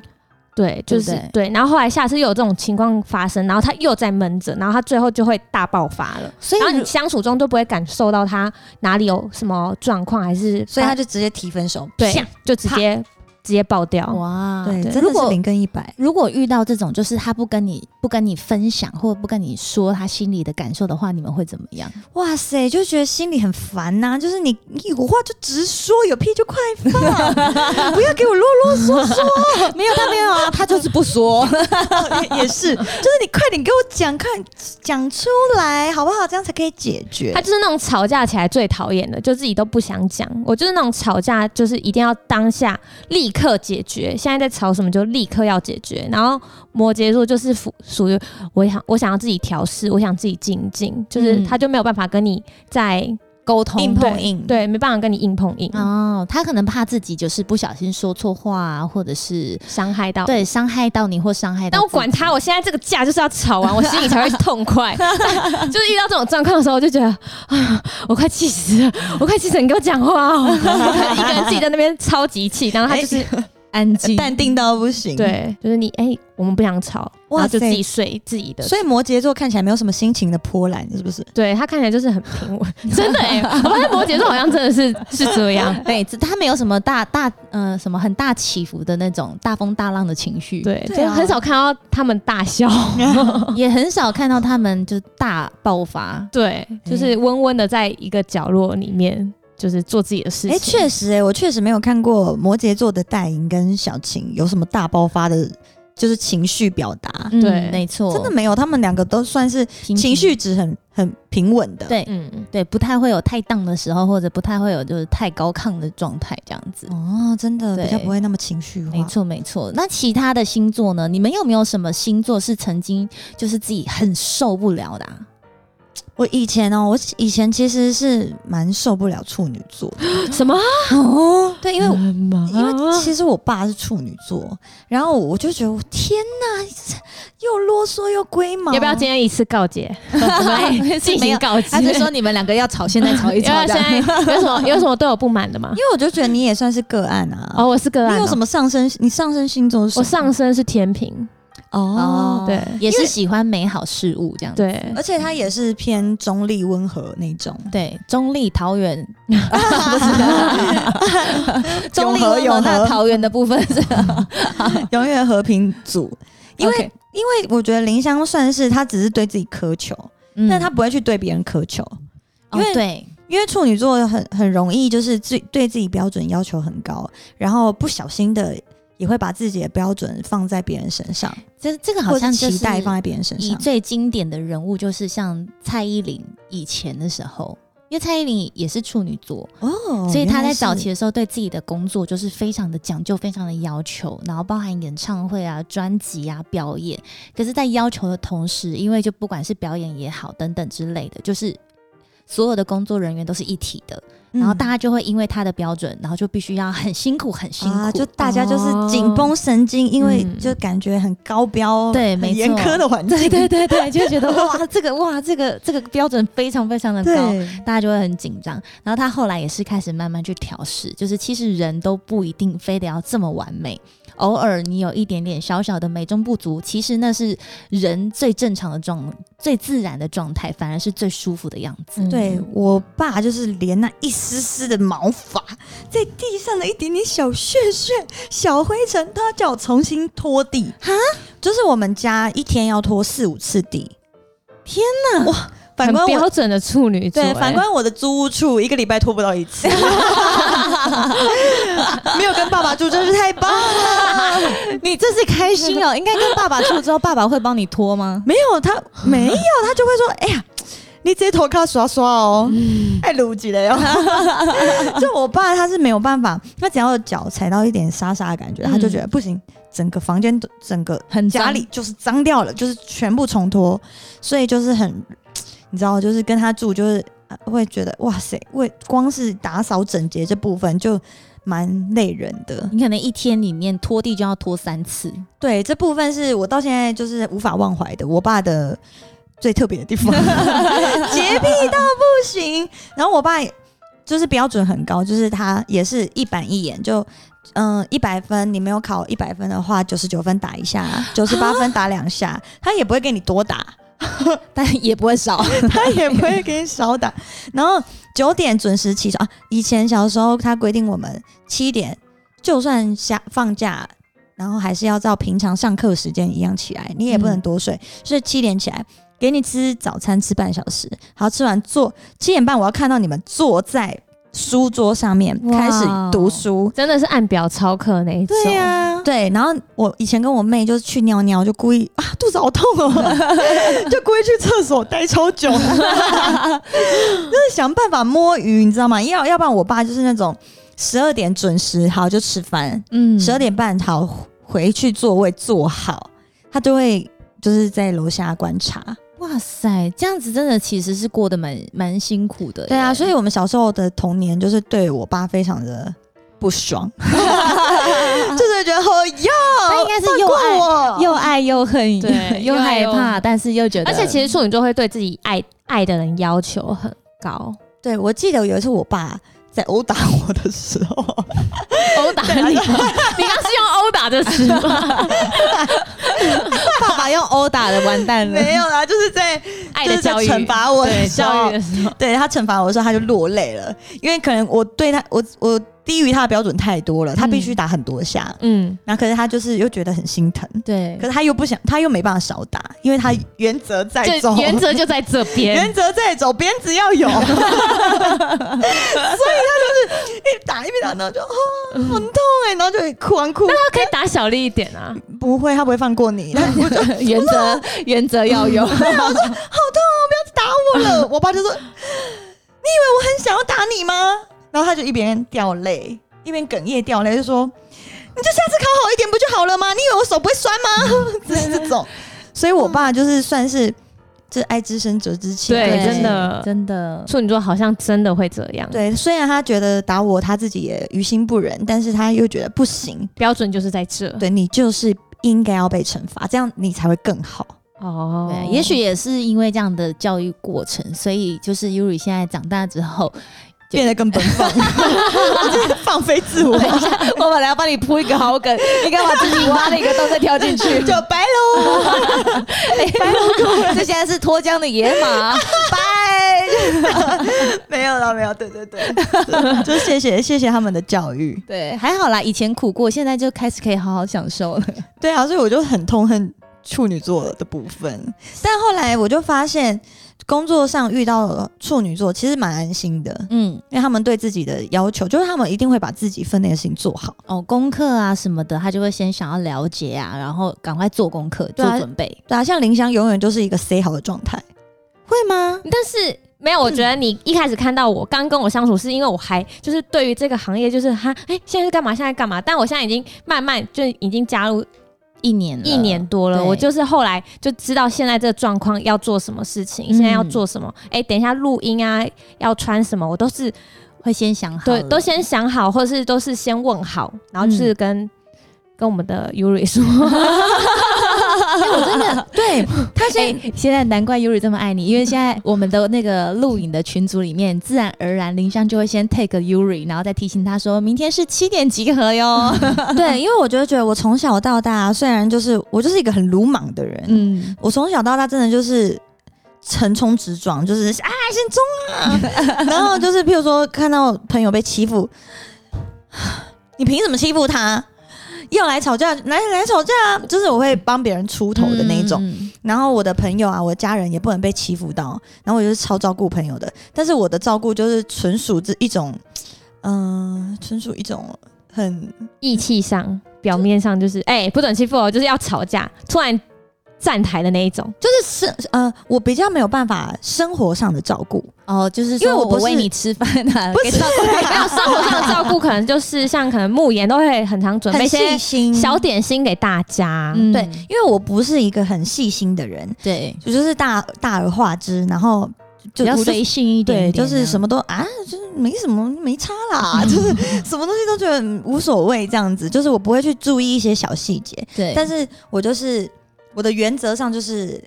Speaker 3: 对
Speaker 6: 对，就
Speaker 3: 不
Speaker 6: 是
Speaker 3: 对
Speaker 6: 对。然后后来下次又有这种情况发生，然后他又在闷着，然后他最后就会大爆发了。
Speaker 5: 哎
Speaker 3: 所以
Speaker 6: 然后
Speaker 3: 如
Speaker 6: 你相处中都不会感受到他哪里有什么状况，还是
Speaker 5: 所以他
Speaker 6: 就
Speaker 5: 就直接提分手，
Speaker 6: 对
Speaker 5: 啪
Speaker 6: 就直接直接爆掉。
Speaker 3: 哇，
Speaker 5: 对，真
Speaker 3: 如
Speaker 5: 的是
Speaker 3: 果
Speaker 5: 零跟一百，
Speaker 3: 如果遇到这种，就是他不跟你不跟你分享，或不跟你说他心里的感受的话，你们会怎么样？
Speaker 5: 哇塞，就觉得心里很烦呐、就是你你有话就直说，有屁就快放， 不要给我啰啰嗦嗦。 没有他没有啊，
Speaker 3: 他就是不说，
Speaker 5: 也是，就是你快点给我讲，快点讲出来好不好？这样才可以解决
Speaker 6: 他。就是那种吵架起来最讨厌的，就自己都不想讲。我就是那种吵架，就是一定要当下立刻解决。现在在吵什么就立刻要解决。然后摩羯座就是属属于我想我想要自己调试，我想自己静静，就是
Speaker 3: 嗯
Speaker 6: 他就没有办法跟你在
Speaker 3: 沟通
Speaker 5: 硬碰硬嗯
Speaker 6: 对，没办法跟你硬碰硬，
Speaker 3: 哦，他可能怕自己就是不小心说错话、啊，或者是
Speaker 6: 伤害到
Speaker 3: 对伤害到你或伤害到。
Speaker 6: 嗯欸但我管他，，我现在这个架就是要吵完，我心里才会痛 快。但就是遇到这种状况的时候，我就觉得啊，我快气 死了，我快气死了，你给我讲话、哦！一个人自己在那边超级气，然后他就是
Speaker 3: 安静，
Speaker 5: 淡定到不行。，
Speaker 6: 对，就是你哎、我们不想吵，然
Speaker 5: 哇
Speaker 6: 后就自
Speaker 5: 塞
Speaker 6: 己睡自己的。
Speaker 5: 所以摩羯座看起来没有什么心情的波澜，是不是？
Speaker 6: 对他看起来就是很平稳， 真的哎、我发现摩羯座好像真的是是这样。
Speaker 3: 啊对，只他没有什么大大呃什么很大起伏的那种大风大浪的情绪，，
Speaker 6: 对，
Speaker 5: 对
Speaker 6: 就
Speaker 5: 啊
Speaker 6: 很少看到他们大 笑。
Speaker 3: 也很少看到他们就是大爆发。
Speaker 5: 哎
Speaker 6: 对，就是温温的在一个角落里面，就是做自己的事情。
Speaker 5: 哎，确实、哎，我确实没有看过摩羯座的戴莹跟小晴有什么大爆发的，就是情绪表达，
Speaker 3: 嗯
Speaker 6: 对
Speaker 3: 没错，
Speaker 5: 真的没有，他们两个都算是
Speaker 3: 平
Speaker 5: 情绪值很很平稳的。
Speaker 3: 对
Speaker 6: 嗯，
Speaker 3: 对，不太会有太荡的时候，或者不太会有就是太高亢的状态这样子。
Speaker 5: 哦，真的
Speaker 3: 对
Speaker 5: 比较不会那么情绪化。
Speaker 3: 没，错，没错。那其他的星座呢？你们有没有什么星座是曾经就是自己很受不了的、啊？
Speaker 5: 我以前哦，我以前其实是蛮受不了处女座的
Speaker 6: 什么？
Speaker 5: 哦，
Speaker 3: 对，因为我
Speaker 5: 因
Speaker 6: 啊
Speaker 5: 为其实我爸是处女座，然后我就觉得我天哪，又啰嗦又龟毛，
Speaker 6: 要不要今天一次告诫？我们进行告诫。
Speaker 3: 他是说你们两个要吵，现在吵一 吵
Speaker 6: 要
Speaker 3: 这
Speaker 6: 现在
Speaker 3: 样。
Speaker 6: 有什么有什么对我不满的吗
Speaker 5: 因？为我就觉得你也算是个案啊。
Speaker 6: 哦，我是个案哦、
Speaker 5: 你有什么上升？你上升星座是什
Speaker 6: 我
Speaker 5: 么？
Speaker 6: 上身是天平，
Speaker 5: 哦
Speaker 3: 哦，
Speaker 6: 对
Speaker 3: 也是喜欢美好事物这样子。
Speaker 6: 对，
Speaker 5: 而且他也是偏中立温和那种。
Speaker 3: 对，中立桃园， 中立
Speaker 5: 永和
Speaker 3: 温和
Speaker 5: 永
Speaker 3: 那
Speaker 5: 和
Speaker 3: 桃园的部分是，
Speaker 5: 永远和平组，因为
Speaker 3: OK，
Speaker 5: 因为我觉得林香算是他只是对自己苛求，
Speaker 3: 嗯
Speaker 5: 但他不会去对别人苛求，因
Speaker 3: 哦
Speaker 5: 为
Speaker 3: 对
Speaker 5: 因为处女座很很容易就是自对自己标准要求很高，然后不小心的也会把自己的标准放在别人身上，
Speaker 3: 这这个好
Speaker 5: 或者
Speaker 3: 像就
Speaker 5: 期
Speaker 3: 是
Speaker 5: 待放在别人身
Speaker 3: 以
Speaker 5: 上。
Speaker 3: 最经典的人物，就是像蔡依林以前的时候，因为蔡依林也是处女座，
Speaker 5: 哦
Speaker 3: 所以她在早
Speaker 5: 原来是
Speaker 3: 期的时候对自己的工作就是非常的讲究，非常的要求，然后包含演唱会啊、专辑啊、表演。可是，在要求的同时，因为就不管是表演也好，等等之类的，就是所有的工作人员都是一体的，
Speaker 5: 嗯
Speaker 3: 然后大家就会因为他的标准，然后就必须要很辛苦、很辛
Speaker 5: 嗯
Speaker 3: 苦。哦嗯
Speaker 5: 啊，就大家就是紧绷神经，因为就感觉很高标、
Speaker 3: 对没
Speaker 5: 很
Speaker 3: 错
Speaker 5: 严苛的环境，
Speaker 3: 对对对对，就 觉得哇，这个哇，这个这个标准非常非常的高。
Speaker 5: 对
Speaker 3: 大家就会很紧张。然后他后来也是开始慢慢去调试，就是其实人都不一定非得要这么完美，偶尔你有一点点小小的美中不足，其实那是人最正常的状、最自然的状态，反而是最舒服的样子。
Speaker 5: 对我爸就是连那一丝丝的毛发，在地上的一点点小屑屑、小灰尘，都要叫我重新拖地哈，就是我们家一天要拖四五次地。天哪！哇，反
Speaker 6: 很
Speaker 5: 观
Speaker 6: 标
Speaker 5: 我
Speaker 6: 准的处女座、
Speaker 5: 对，
Speaker 6: 哎
Speaker 5: 反观我的租屋处，一个礼拜拖不到一次。没有跟爸爸住真是太棒了。
Speaker 3: 你这是开心哦，应该跟爸爸住之后，爸爸会帮你拖吗？
Speaker 5: 没有他，没有他就会说：“哎呀，你直接头靠刷刷哦，爱撸起来 哦。”就我爸他是没有办法，他只要脚踩到一点沙沙的感觉，
Speaker 3: 嗯
Speaker 5: 他就觉得不行，整个房间都整个
Speaker 3: 很
Speaker 5: 家里就是脏掉了，就是全部重拖，所以就是很，你知道，就是跟他住就是呃会觉得哇塞，为光是打扫整洁这部分就蛮累人的。
Speaker 3: 你可能一天里面拖地就要拖三次，
Speaker 5: 对，这部分是我到现在就是无法忘怀的，我爸的最特别的地 方，洁癖到不行。然后我爸也就是标准很高，就是他也是一板一眼，就嗯一百分，你没有考一百分的话，九十九分打一下，九十八分打两下，他也不会给你多打，
Speaker 3: 但也不会少。
Speaker 5: 他也不会给你少打。然后九点准时起床啊，以前小时候他规定我们七点，就算下放假，然后还是要照平常上课时间一样起来，你也不
Speaker 3: 嗯
Speaker 5: 能多睡，所以七点起来。给你吃早餐，吃半小时，好吃完坐七点半，我要看到你们坐在书桌上面
Speaker 3: 哇
Speaker 5: 开始读书。
Speaker 6: 真的是按表操课那一种。
Speaker 5: 对呀、对。然后我以前跟我妹就是去尿尿，就故意啊肚子好痛 哦，就故意去厕所待超久，就是想办法摸鱼，你知道吗？要要不然我爸就是那种十二点准时好就吃饭，
Speaker 3: 嗯
Speaker 5: 十二点半好回去座位坐好，他就会就是在楼下观察。
Speaker 3: 哇塞，这样子真的其实是过得蛮蛮辛苦的耶。
Speaker 5: 对啊，所以我们小时候的童年就是对我爸非常的不爽， 就是觉得哦哟，
Speaker 3: 他应该是又爱
Speaker 5: 爱
Speaker 3: 又爱又恨，
Speaker 6: 对
Speaker 3: 又
Speaker 6: 又爱
Speaker 3: 害
Speaker 6: 又
Speaker 3: 怕，但是又觉得，
Speaker 6: 而且其实处女座会对自己爱爱的人要求很高。
Speaker 5: 对，我记得有一次我爸在殴打我的时候，
Speaker 6: 殴打你吗，你刚是用殴打的词吗？
Speaker 3: 爸爸用殴打的，完蛋了。
Speaker 5: 没有啦，就是在
Speaker 6: 嗯爱的教育，
Speaker 5: 就是在惩罚我
Speaker 6: 对
Speaker 5: 的时候
Speaker 6: 教育的时候，
Speaker 5: 对他惩罚我的时候，他就落泪了，因为可能我对他，我我低于他的标准太多了，他必须打很多下，
Speaker 6: 嗯，
Speaker 5: 然后可是他就是又觉得很心疼，
Speaker 3: 对
Speaker 5: 可，是他又不想，他又没办法少打，因为他原则在
Speaker 6: 就
Speaker 5: 走，
Speaker 6: 原则就在这边 哦
Speaker 5: 原。则在走，鞭子 要有，所以他就是一打一边打，然后就哦很痛哎、然后就哭完哭，
Speaker 6: 那可以打小力一点啊，
Speaker 5: 不会，他不会放过你， 他就
Speaker 3: 原则原则要有。
Speaker 5: 好痛哦，不要 再打我了。我爸就说：“你以为我很想要打你吗？”然后他就一边掉泪，一边哽咽掉泪，就说：“你就下次考好一点不就好了吗？你以为我手不会酸吗？” 就是这种。所以我爸就是算是这爱之深责之切，
Speaker 6: 对真的
Speaker 3: 真的，
Speaker 6: 处女座好像真的会这样，
Speaker 5: 对。虽然他觉得打我他自己也于心不忍，但是他又觉得不行，
Speaker 6: 标准就是在这。
Speaker 5: 对你就是应该要被惩罚，这样你才会更好。
Speaker 6: 哦
Speaker 3: 对，啊也许也是因为这样的教育过程，所以就是 Yuri 现在长大之 后，就
Speaker 5: 变得更奔放，就是放飞自我，
Speaker 3: 我本来要帮你铺一个好 梗，你干嘛自己挖了一个洞再跳进 去？
Speaker 5: 就白喽。
Speaker 3: 这现在是脱缰的野马，
Speaker 5: 拜，没有了，没有，对对对，就谢谢谢谢他们的教育，
Speaker 3: 对，还好啦，以前苦过，现在就开始可以好好享受了。
Speaker 5: 对啊，所以我就很痛恨处女座的部分，但后来我就发现，工作上遇到了处女座其实蛮安心的，
Speaker 3: 嗯，
Speaker 5: 因为他们对自己的要求就是他们一定会把自己分内的事情做好，
Speaker 3: 哦，功课啊什么的，他就会先想要了解啊，然后赶快做功课、
Speaker 5: 对啊
Speaker 3: 做准备。
Speaker 5: 对啊，像林香永远就是一个 say 好的状态，会 吗？
Speaker 6: 但是没有，我觉得你一开始看到我刚跟我相处，是因为我还就是对于这个行业就是哈，哎、现在是干嘛？现在干嘛？但我现在已经慢慢就已经加入
Speaker 3: 一年了
Speaker 6: 一年，多了，
Speaker 3: 对
Speaker 6: 我就是后来就知道现在这个状况要做什么事情，
Speaker 3: 嗯
Speaker 6: 现在要做什么。哎、等一下录音啊，要穿什么，我都是
Speaker 3: 会先想好了，
Speaker 6: 对，都先想好，或是都是先问好，然后
Speaker 3: 嗯
Speaker 6: 就是跟、跟我们的 Yuri 说，
Speaker 5: 哦
Speaker 3: 我真 的对他现在、哎现在难怪 Yuri 这么爱你，因为现在我们的那个录影的群组里面，自然而然林香就会先 take Yuri，然后再提醒他说明天是七点集合 哟。
Speaker 5: 对，因为我觉得觉得我从小到大虽然就是我就是一个很鲁莽的人，
Speaker 3: 嗯，
Speaker 5: 我从小到大真的就是横冲直撞，就是啊先冲啊， 然后就是譬如说看到朋友被欺负， 你凭什么欺负他？要来吵架，来来吵架啊，就是我会帮别人出头的那一种。
Speaker 3: 嗯，嗯
Speaker 5: 然后我的朋友啊，我的家人也不能被欺负到，然后我就是超照顾朋友的，但是我的照顾就是纯属这一种，嗯、纯属一种很
Speaker 6: 义气上表面上就是哎、不准欺负我，就是要吵架，突然站台的那一种。
Speaker 5: 就是生呃，我比较没有办法生活上的照顾，
Speaker 3: 嗯哦，就是
Speaker 5: 因为
Speaker 3: 说
Speaker 5: 我
Speaker 3: 我
Speaker 5: 不是
Speaker 3: 喂你吃饭啊，
Speaker 5: 不
Speaker 3: 给
Speaker 5: 是
Speaker 3: 照顾
Speaker 6: 没有生活上的照顾，可能就是像可能慕言都会很常准备
Speaker 5: 很
Speaker 6: 一些
Speaker 5: 细心
Speaker 6: 小点心给大家。
Speaker 3: 嗯
Speaker 5: 对，因为我不是一个很细心的人，
Speaker 3: 对，
Speaker 5: 我就是大大而化之，然后就
Speaker 3: 比较
Speaker 5: 我就
Speaker 3: 随性一
Speaker 5: 对，
Speaker 3: 点点这
Speaker 5: 就
Speaker 3: 样，
Speaker 5: 是什么都啊，就是没什么没差 啦，就是什么东西都觉得嗯无所谓这样子，就是我不会去注意一些小细节，
Speaker 3: 对，
Speaker 5: 但
Speaker 3: 是
Speaker 5: 是我就是我的原则上就是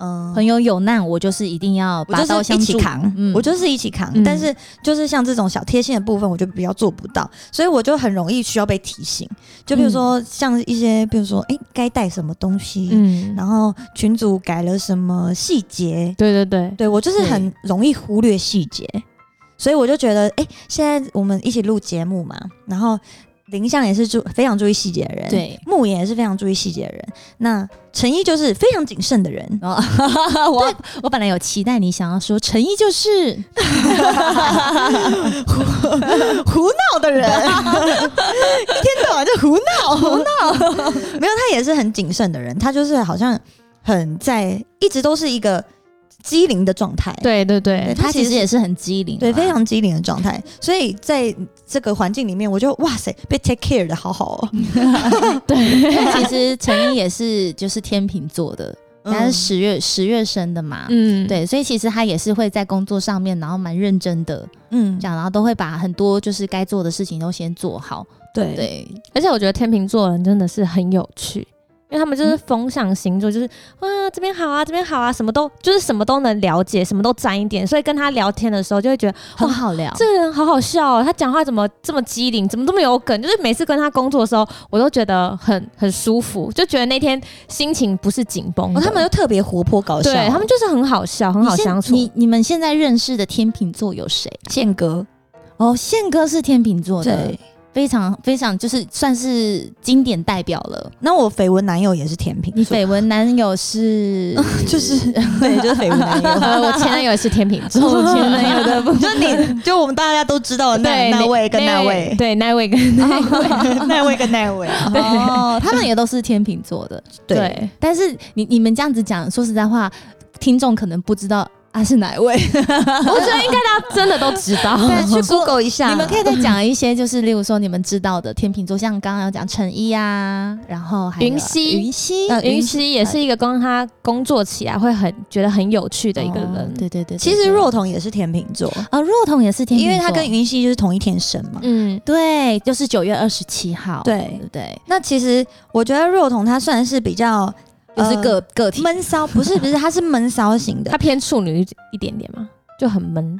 Speaker 5: 嗯。
Speaker 3: 朋友有难，我就是一定要
Speaker 5: 我
Speaker 3: 拔刀
Speaker 5: 就是一
Speaker 3: 相
Speaker 5: 起
Speaker 3: 助。
Speaker 5: 扛，
Speaker 3: 嗯
Speaker 5: 我就是一起扛。
Speaker 6: 嗯
Speaker 5: 但是就是像这种小贴心的部分，我就比较做不到，所以我就很容易需要被提醒。就比如
Speaker 3: 嗯
Speaker 5: 说像一些，比如说哎，诶该带什么东西，
Speaker 6: 嗯，
Speaker 5: 然后群主改了什么细节，
Speaker 6: 对对对，
Speaker 5: 对我就是很容易忽略细节，所以我就觉得，哎、现在我们一起录节目嘛，然后林相也是注非常注意细节的人，，
Speaker 3: 对，
Speaker 5: 木也是非常注意细节的人，那陈毅就是非常谨慎的人，
Speaker 3: 然后我我本来有期待你想要说诚意 就是
Speaker 5: 胡闹的人， 一天到晚就胡闹 胡闹，没有他也是很谨慎的人，他就是好像很在一直都是一个机灵的状态，
Speaker 6: 对对对
Speaker 5: 对，
Speaker 3: 他其实
Speaker 5: 是
Speaker 3: 也是很机灵啦，
Speaker 5: 对，啊非常机灵的状态。所以在这个环境里面，我就哇塞，被 take care 的好好哦。
Speaker 3: 因为其实陈英也是就是天秤座的，
Speaker 5: 嗯
Speaker 3: 他是十月十月生的嘛。
Speaker 6: 嗯，
Speaker 3: 对，所以其实他也是会在工作上面，然后蛮认真的
Speaker 5: 嗯
Speaker 3: 这，样，然后都会把很多就是该做的事情都先做好。
Speaker 5: 对
Speaker 3: 对，
Speaker 6: 而且我觉得天秤座人真的是很有趣，因为他们就是风象星座，就是哇这边好啊，这边好啊，什么都就是什么都能了解，什么都沾一点，所以跟他聊天的时候就会觉得
Speaker 3: 很好聊。
Speaker 6: 这个人好好笑、哦，他讲话怎么这么机灵，怎么这么有梗？就是每次跟他工作的时候，我都觉得很很舒服，就觉得那天心情不是紧绷的、
Speaker 5: 哦，他们又特别活泼搞笑，哦
Speaker 6: 对他们就是很好笑，很好
Speaker 3: 你现
Speaker 6: 相处。
Speaker 3: 你你们现在认识的天秤座有谁？啊
Speaker 5: 间隔
Speaker 3: 哦，宪哥是天秤座的
Speaker 5: 对，。
Speaker 3: 非常非常就是算是经典代表了。
Speaker 5: 那我绯闻男友也是天秤
Speaker 3: 你
Speaker 5: 座，
Speaker 3: 绯闻男友是
Speaker 5: 就是 对，就是绯闻 男友。
Speaker 6: 呃，我前男友也是天秤座，
Speaker 5: 我前男友的， 就你就我们大家都知道的那
Speaker 6: 对
Speaker 5: 那位跟那
Speaker 6: 那
Speaker 5: 位，
Speaker 6: 对那位 跟那位，
Speaker 5: 那位跟那位，
Speaker 3: 哦， 他们也都是天秤座的。
Speaker 5: 对，
Speaker 6: 对
Speaker 3: 但是你你们这样子讲，说实在话，听众可能不知道啊是哪一 位。
Speaker 6: 我觉得应该大家真的都知道。
Speaker 3: 对去
Speaker 5: Google 一下，
Speaker 3: 你们可以再讲一些，就是例如说你们知道的天秤座，像刚刚有讲陈一啊，然后还有
Speaker 6: 云溪
Speaker 3: 云溪哦
Speaker 5: 呃
Speaker 6: 云溪也嗯是一个跟他工作起来会很觉得很有趣的一个人，
Speaker 3: 哦对对对，
Speaker 5: 其实若彤也是天秤座，
Speaker 3: 啊若彤也是天秤
Speaker 5: 因
Speaker 3: 座，
Speaker 5: 为他跟云溪就是同一天生嘛。
Speaker 6: 嗯，
Speaker 3: 对，就是九月二十七号，
Speaker 5: 对
Speaker 3: 对不对？
Speaker 5: 那其实我觉得若彤她算是比较
Speaker 3: 就是
Speaker 5: 呃
Speaker 3: 个个体
Speaker 5: 闷骚，不是不是，她是闷骚型的
Speaker 6: 他，偏处女一点点嘛，就很闷。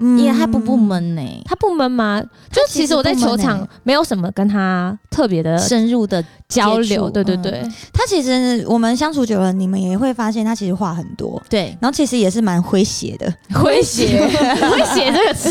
Speaker 5: 嗯
Speaker 3: 耶，他不不，闷呢、
Speaker 6: 他不闷吗？就其实我在球
Speaker 5: 不闷
Speaker 6: 场
Speaker 5: 欸
Speaker 6: 没有什么跟他特别
Speaker 5: 呃
Speaker 6: 的
Speaker 3: 深入的
Speaker 6: 交
Speaker 3: 接触
Speaker 6: 流，对对
Speaker 3: 嗯
Speaker 6: 对，
Speaker 5: 她其实我们相处久了，你们也会发现她其实话很多，
Speaker 3: 对。
Speaker 5: 然后其实也是蛮诙谐的，
Speaker 6: 诙 谐，诙谐这个词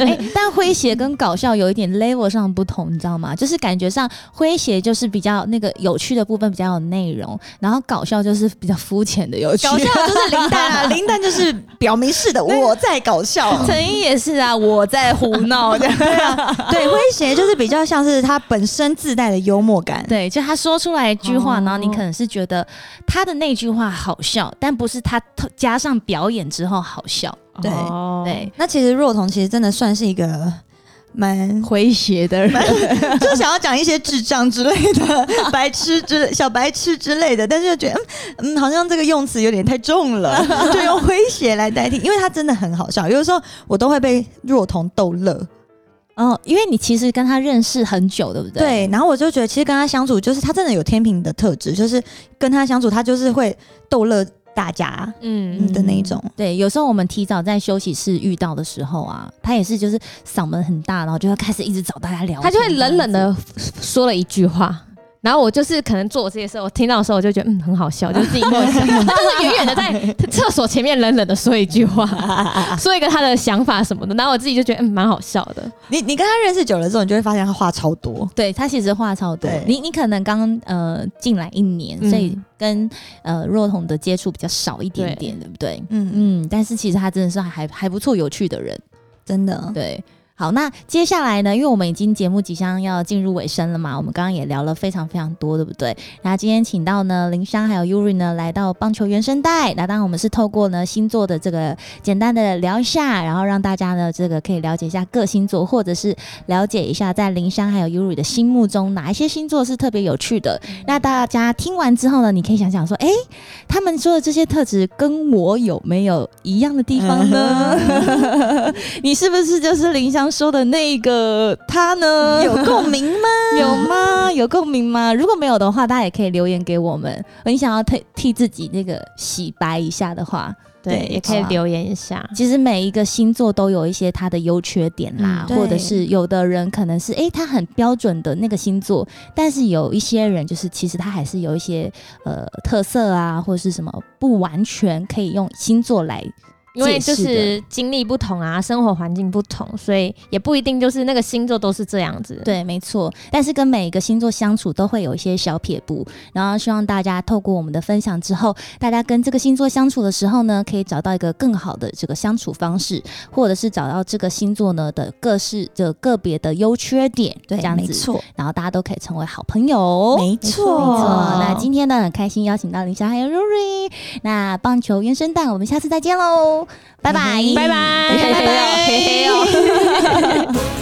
Speaker 3: 哎、
Speaker 6: 是，
Speaker 3: 但诙谐跟搞笑有一点 level 上不同，你知道吗？就是感觉上诙谐就是比较那个有趣的部分比较有内容，然后搞笑就是比较肤浅的有趣。
Speaker 5: 搞笑就是林丹啊，林丹就是表明式的我在搞笑，
Speaker 3: 陈毅也是啊，我在胡闹的。
Speaker 5: 对，诙谐就是比较像是他本身自带的幽默感，
Speaker 3: 对，就他说出来一句话，
Speaker 6: 哦
Speaker 3: 然后你可能是觉得他的那句话好笑，但不是他特加上表演之后好笑。
Speaker 5: 对
Speaker 6: 哦
Speaker 3: 对，
Speaker 5: 那其实若彤其实真的算是一个蛮，
Speaker 3: 诙谐的人，
Speaker 5: 就想要讲一些智障之类 的、白痴之小白痴之类的，但是又觉得嗯嗯，好像这个用词有点太 重了，就用诙谐来代替，因为他真的很好笑，有的时候我都会被若彤逗乐。
Speaker 3: 哦，因为你其实跟他认识很久，对不对？
Speaker 5: 对，然后我就觉得，其实跟他相处，就是他真的有天平的特质，就是跟他相处，他就是会逗乐大家
Speaker 6: 嗯，
Speaker 5: 嗯的那一种。
Speaker 3: 对，有时候我们提早在休息室遇到的时候啊，他也是就是嗓门很大，然后就会开始一直找大家聊天，
Speaker 6: 他就会冷冷
Speaker 3: 这样子。
Speaker 6: 的说了一句话。然后我就是可能做我自己的事，我听到的时候我就觉得嗯很好笑，就自己默 想，他就是远远的在厕所前面冷冷的说一句话，说一个他的想法什么的，然后我自己就觉得嗯蛮好笑的，
Speaker 5: 你你跟他认识久了之后，你就会发现他话超多。
Speaker 3: 对他其实话超多
Speaker 5: 对，
Speaker 3: 你你可能刚呃进来一年，
Speaker 6: 嗯
Speaker 3: 所以跟呃若彤的接触比较少一点
Speaker 6: 对
Speaker 3: 点，对不对？
Speaker 5: 嗯嗯，
Speaker 3: 嗯，但是其实他真的是还还不错、有趣的人。
Speaker 5: 真的。
Speaker 3: 对，好，那接下来呢？因为我们已经节目即将要进入尾声了嘛，我们刚刚也聊了非常非常多，对不对？然后今天请到呢林珊还有 Yuri 呢来到棒球原声带，那当然我们是透过呢星座的这个简单的聊一下，然后让大家呢这个可以了解一下各星座，或者是了解一下在林珊还有 Yuri 的心目中哪一些星座是特别有趣的。
Speaker 5: 嗯
Speaker 3: 那大家听完之后呢，你可以想想说，哎，他们说的这些特质跟我有没有一样的地方呢？ 你是不是就是林香说的那个他呢？
Speaker 5: 有共鸣吗？
Speaker 3: 有吗？有共鸣吗？如果没有的话，大家也可以留言给我们。你想要替替自己那个洗白一下的话，
Speaker 6: 对，也可以
Speaker 3: 好啊
Speaker 6: 留言一下，
Speaker 3: 其实每一个星座都有一些它的优缺点啦，
Speaker 6: 嗯
Speaker 5: 对
Speaker 3: 或者是有的人可能是诶，他很标准的那个星座，但是有一些人就是其实他还是有一些呃特色啊，或者是什么不完全可以用星座来
Speaker 6: 因为
Speaker 3: 解
Speaker 6: 就
Speaker 3: 释
Speaker 6: 是经历不同啊，生活环境不同，所以也不一定就是那个星座都是这样子。，
Speaker 3: 对，没错。但是跟每一个星座相处都会有一些小撇步，然后希望大家透过我们的分享之后，大家跟这个星座相处的时候呢，可以找到一个更好的这个相处方式，或者是找到这个星座呢的各式的个别的优缺点，
Speaker 5: 对
Speaker 3: 这，样
Speaker 5: 没
Speaker 3: 子，
Speaker 5: 错，
Speaker 3: 然后大家都可以成为好朋友。
Speaker 5: 没
Speaker 3: 没
Speaker 5: 错，
Speaker 3: 错，那今天呢很开心邀请到林霞还有 Rory，那棒球原生蛋，我
Speaker 5: 嗯
Speaker 3: 们下次再见喽，拜拜，
Speaker 6: 拜拜，
Speaker 3: 拜拜
Speaker 6: 嘿嘿哦嘿嘿哦。
Speaker 4: 「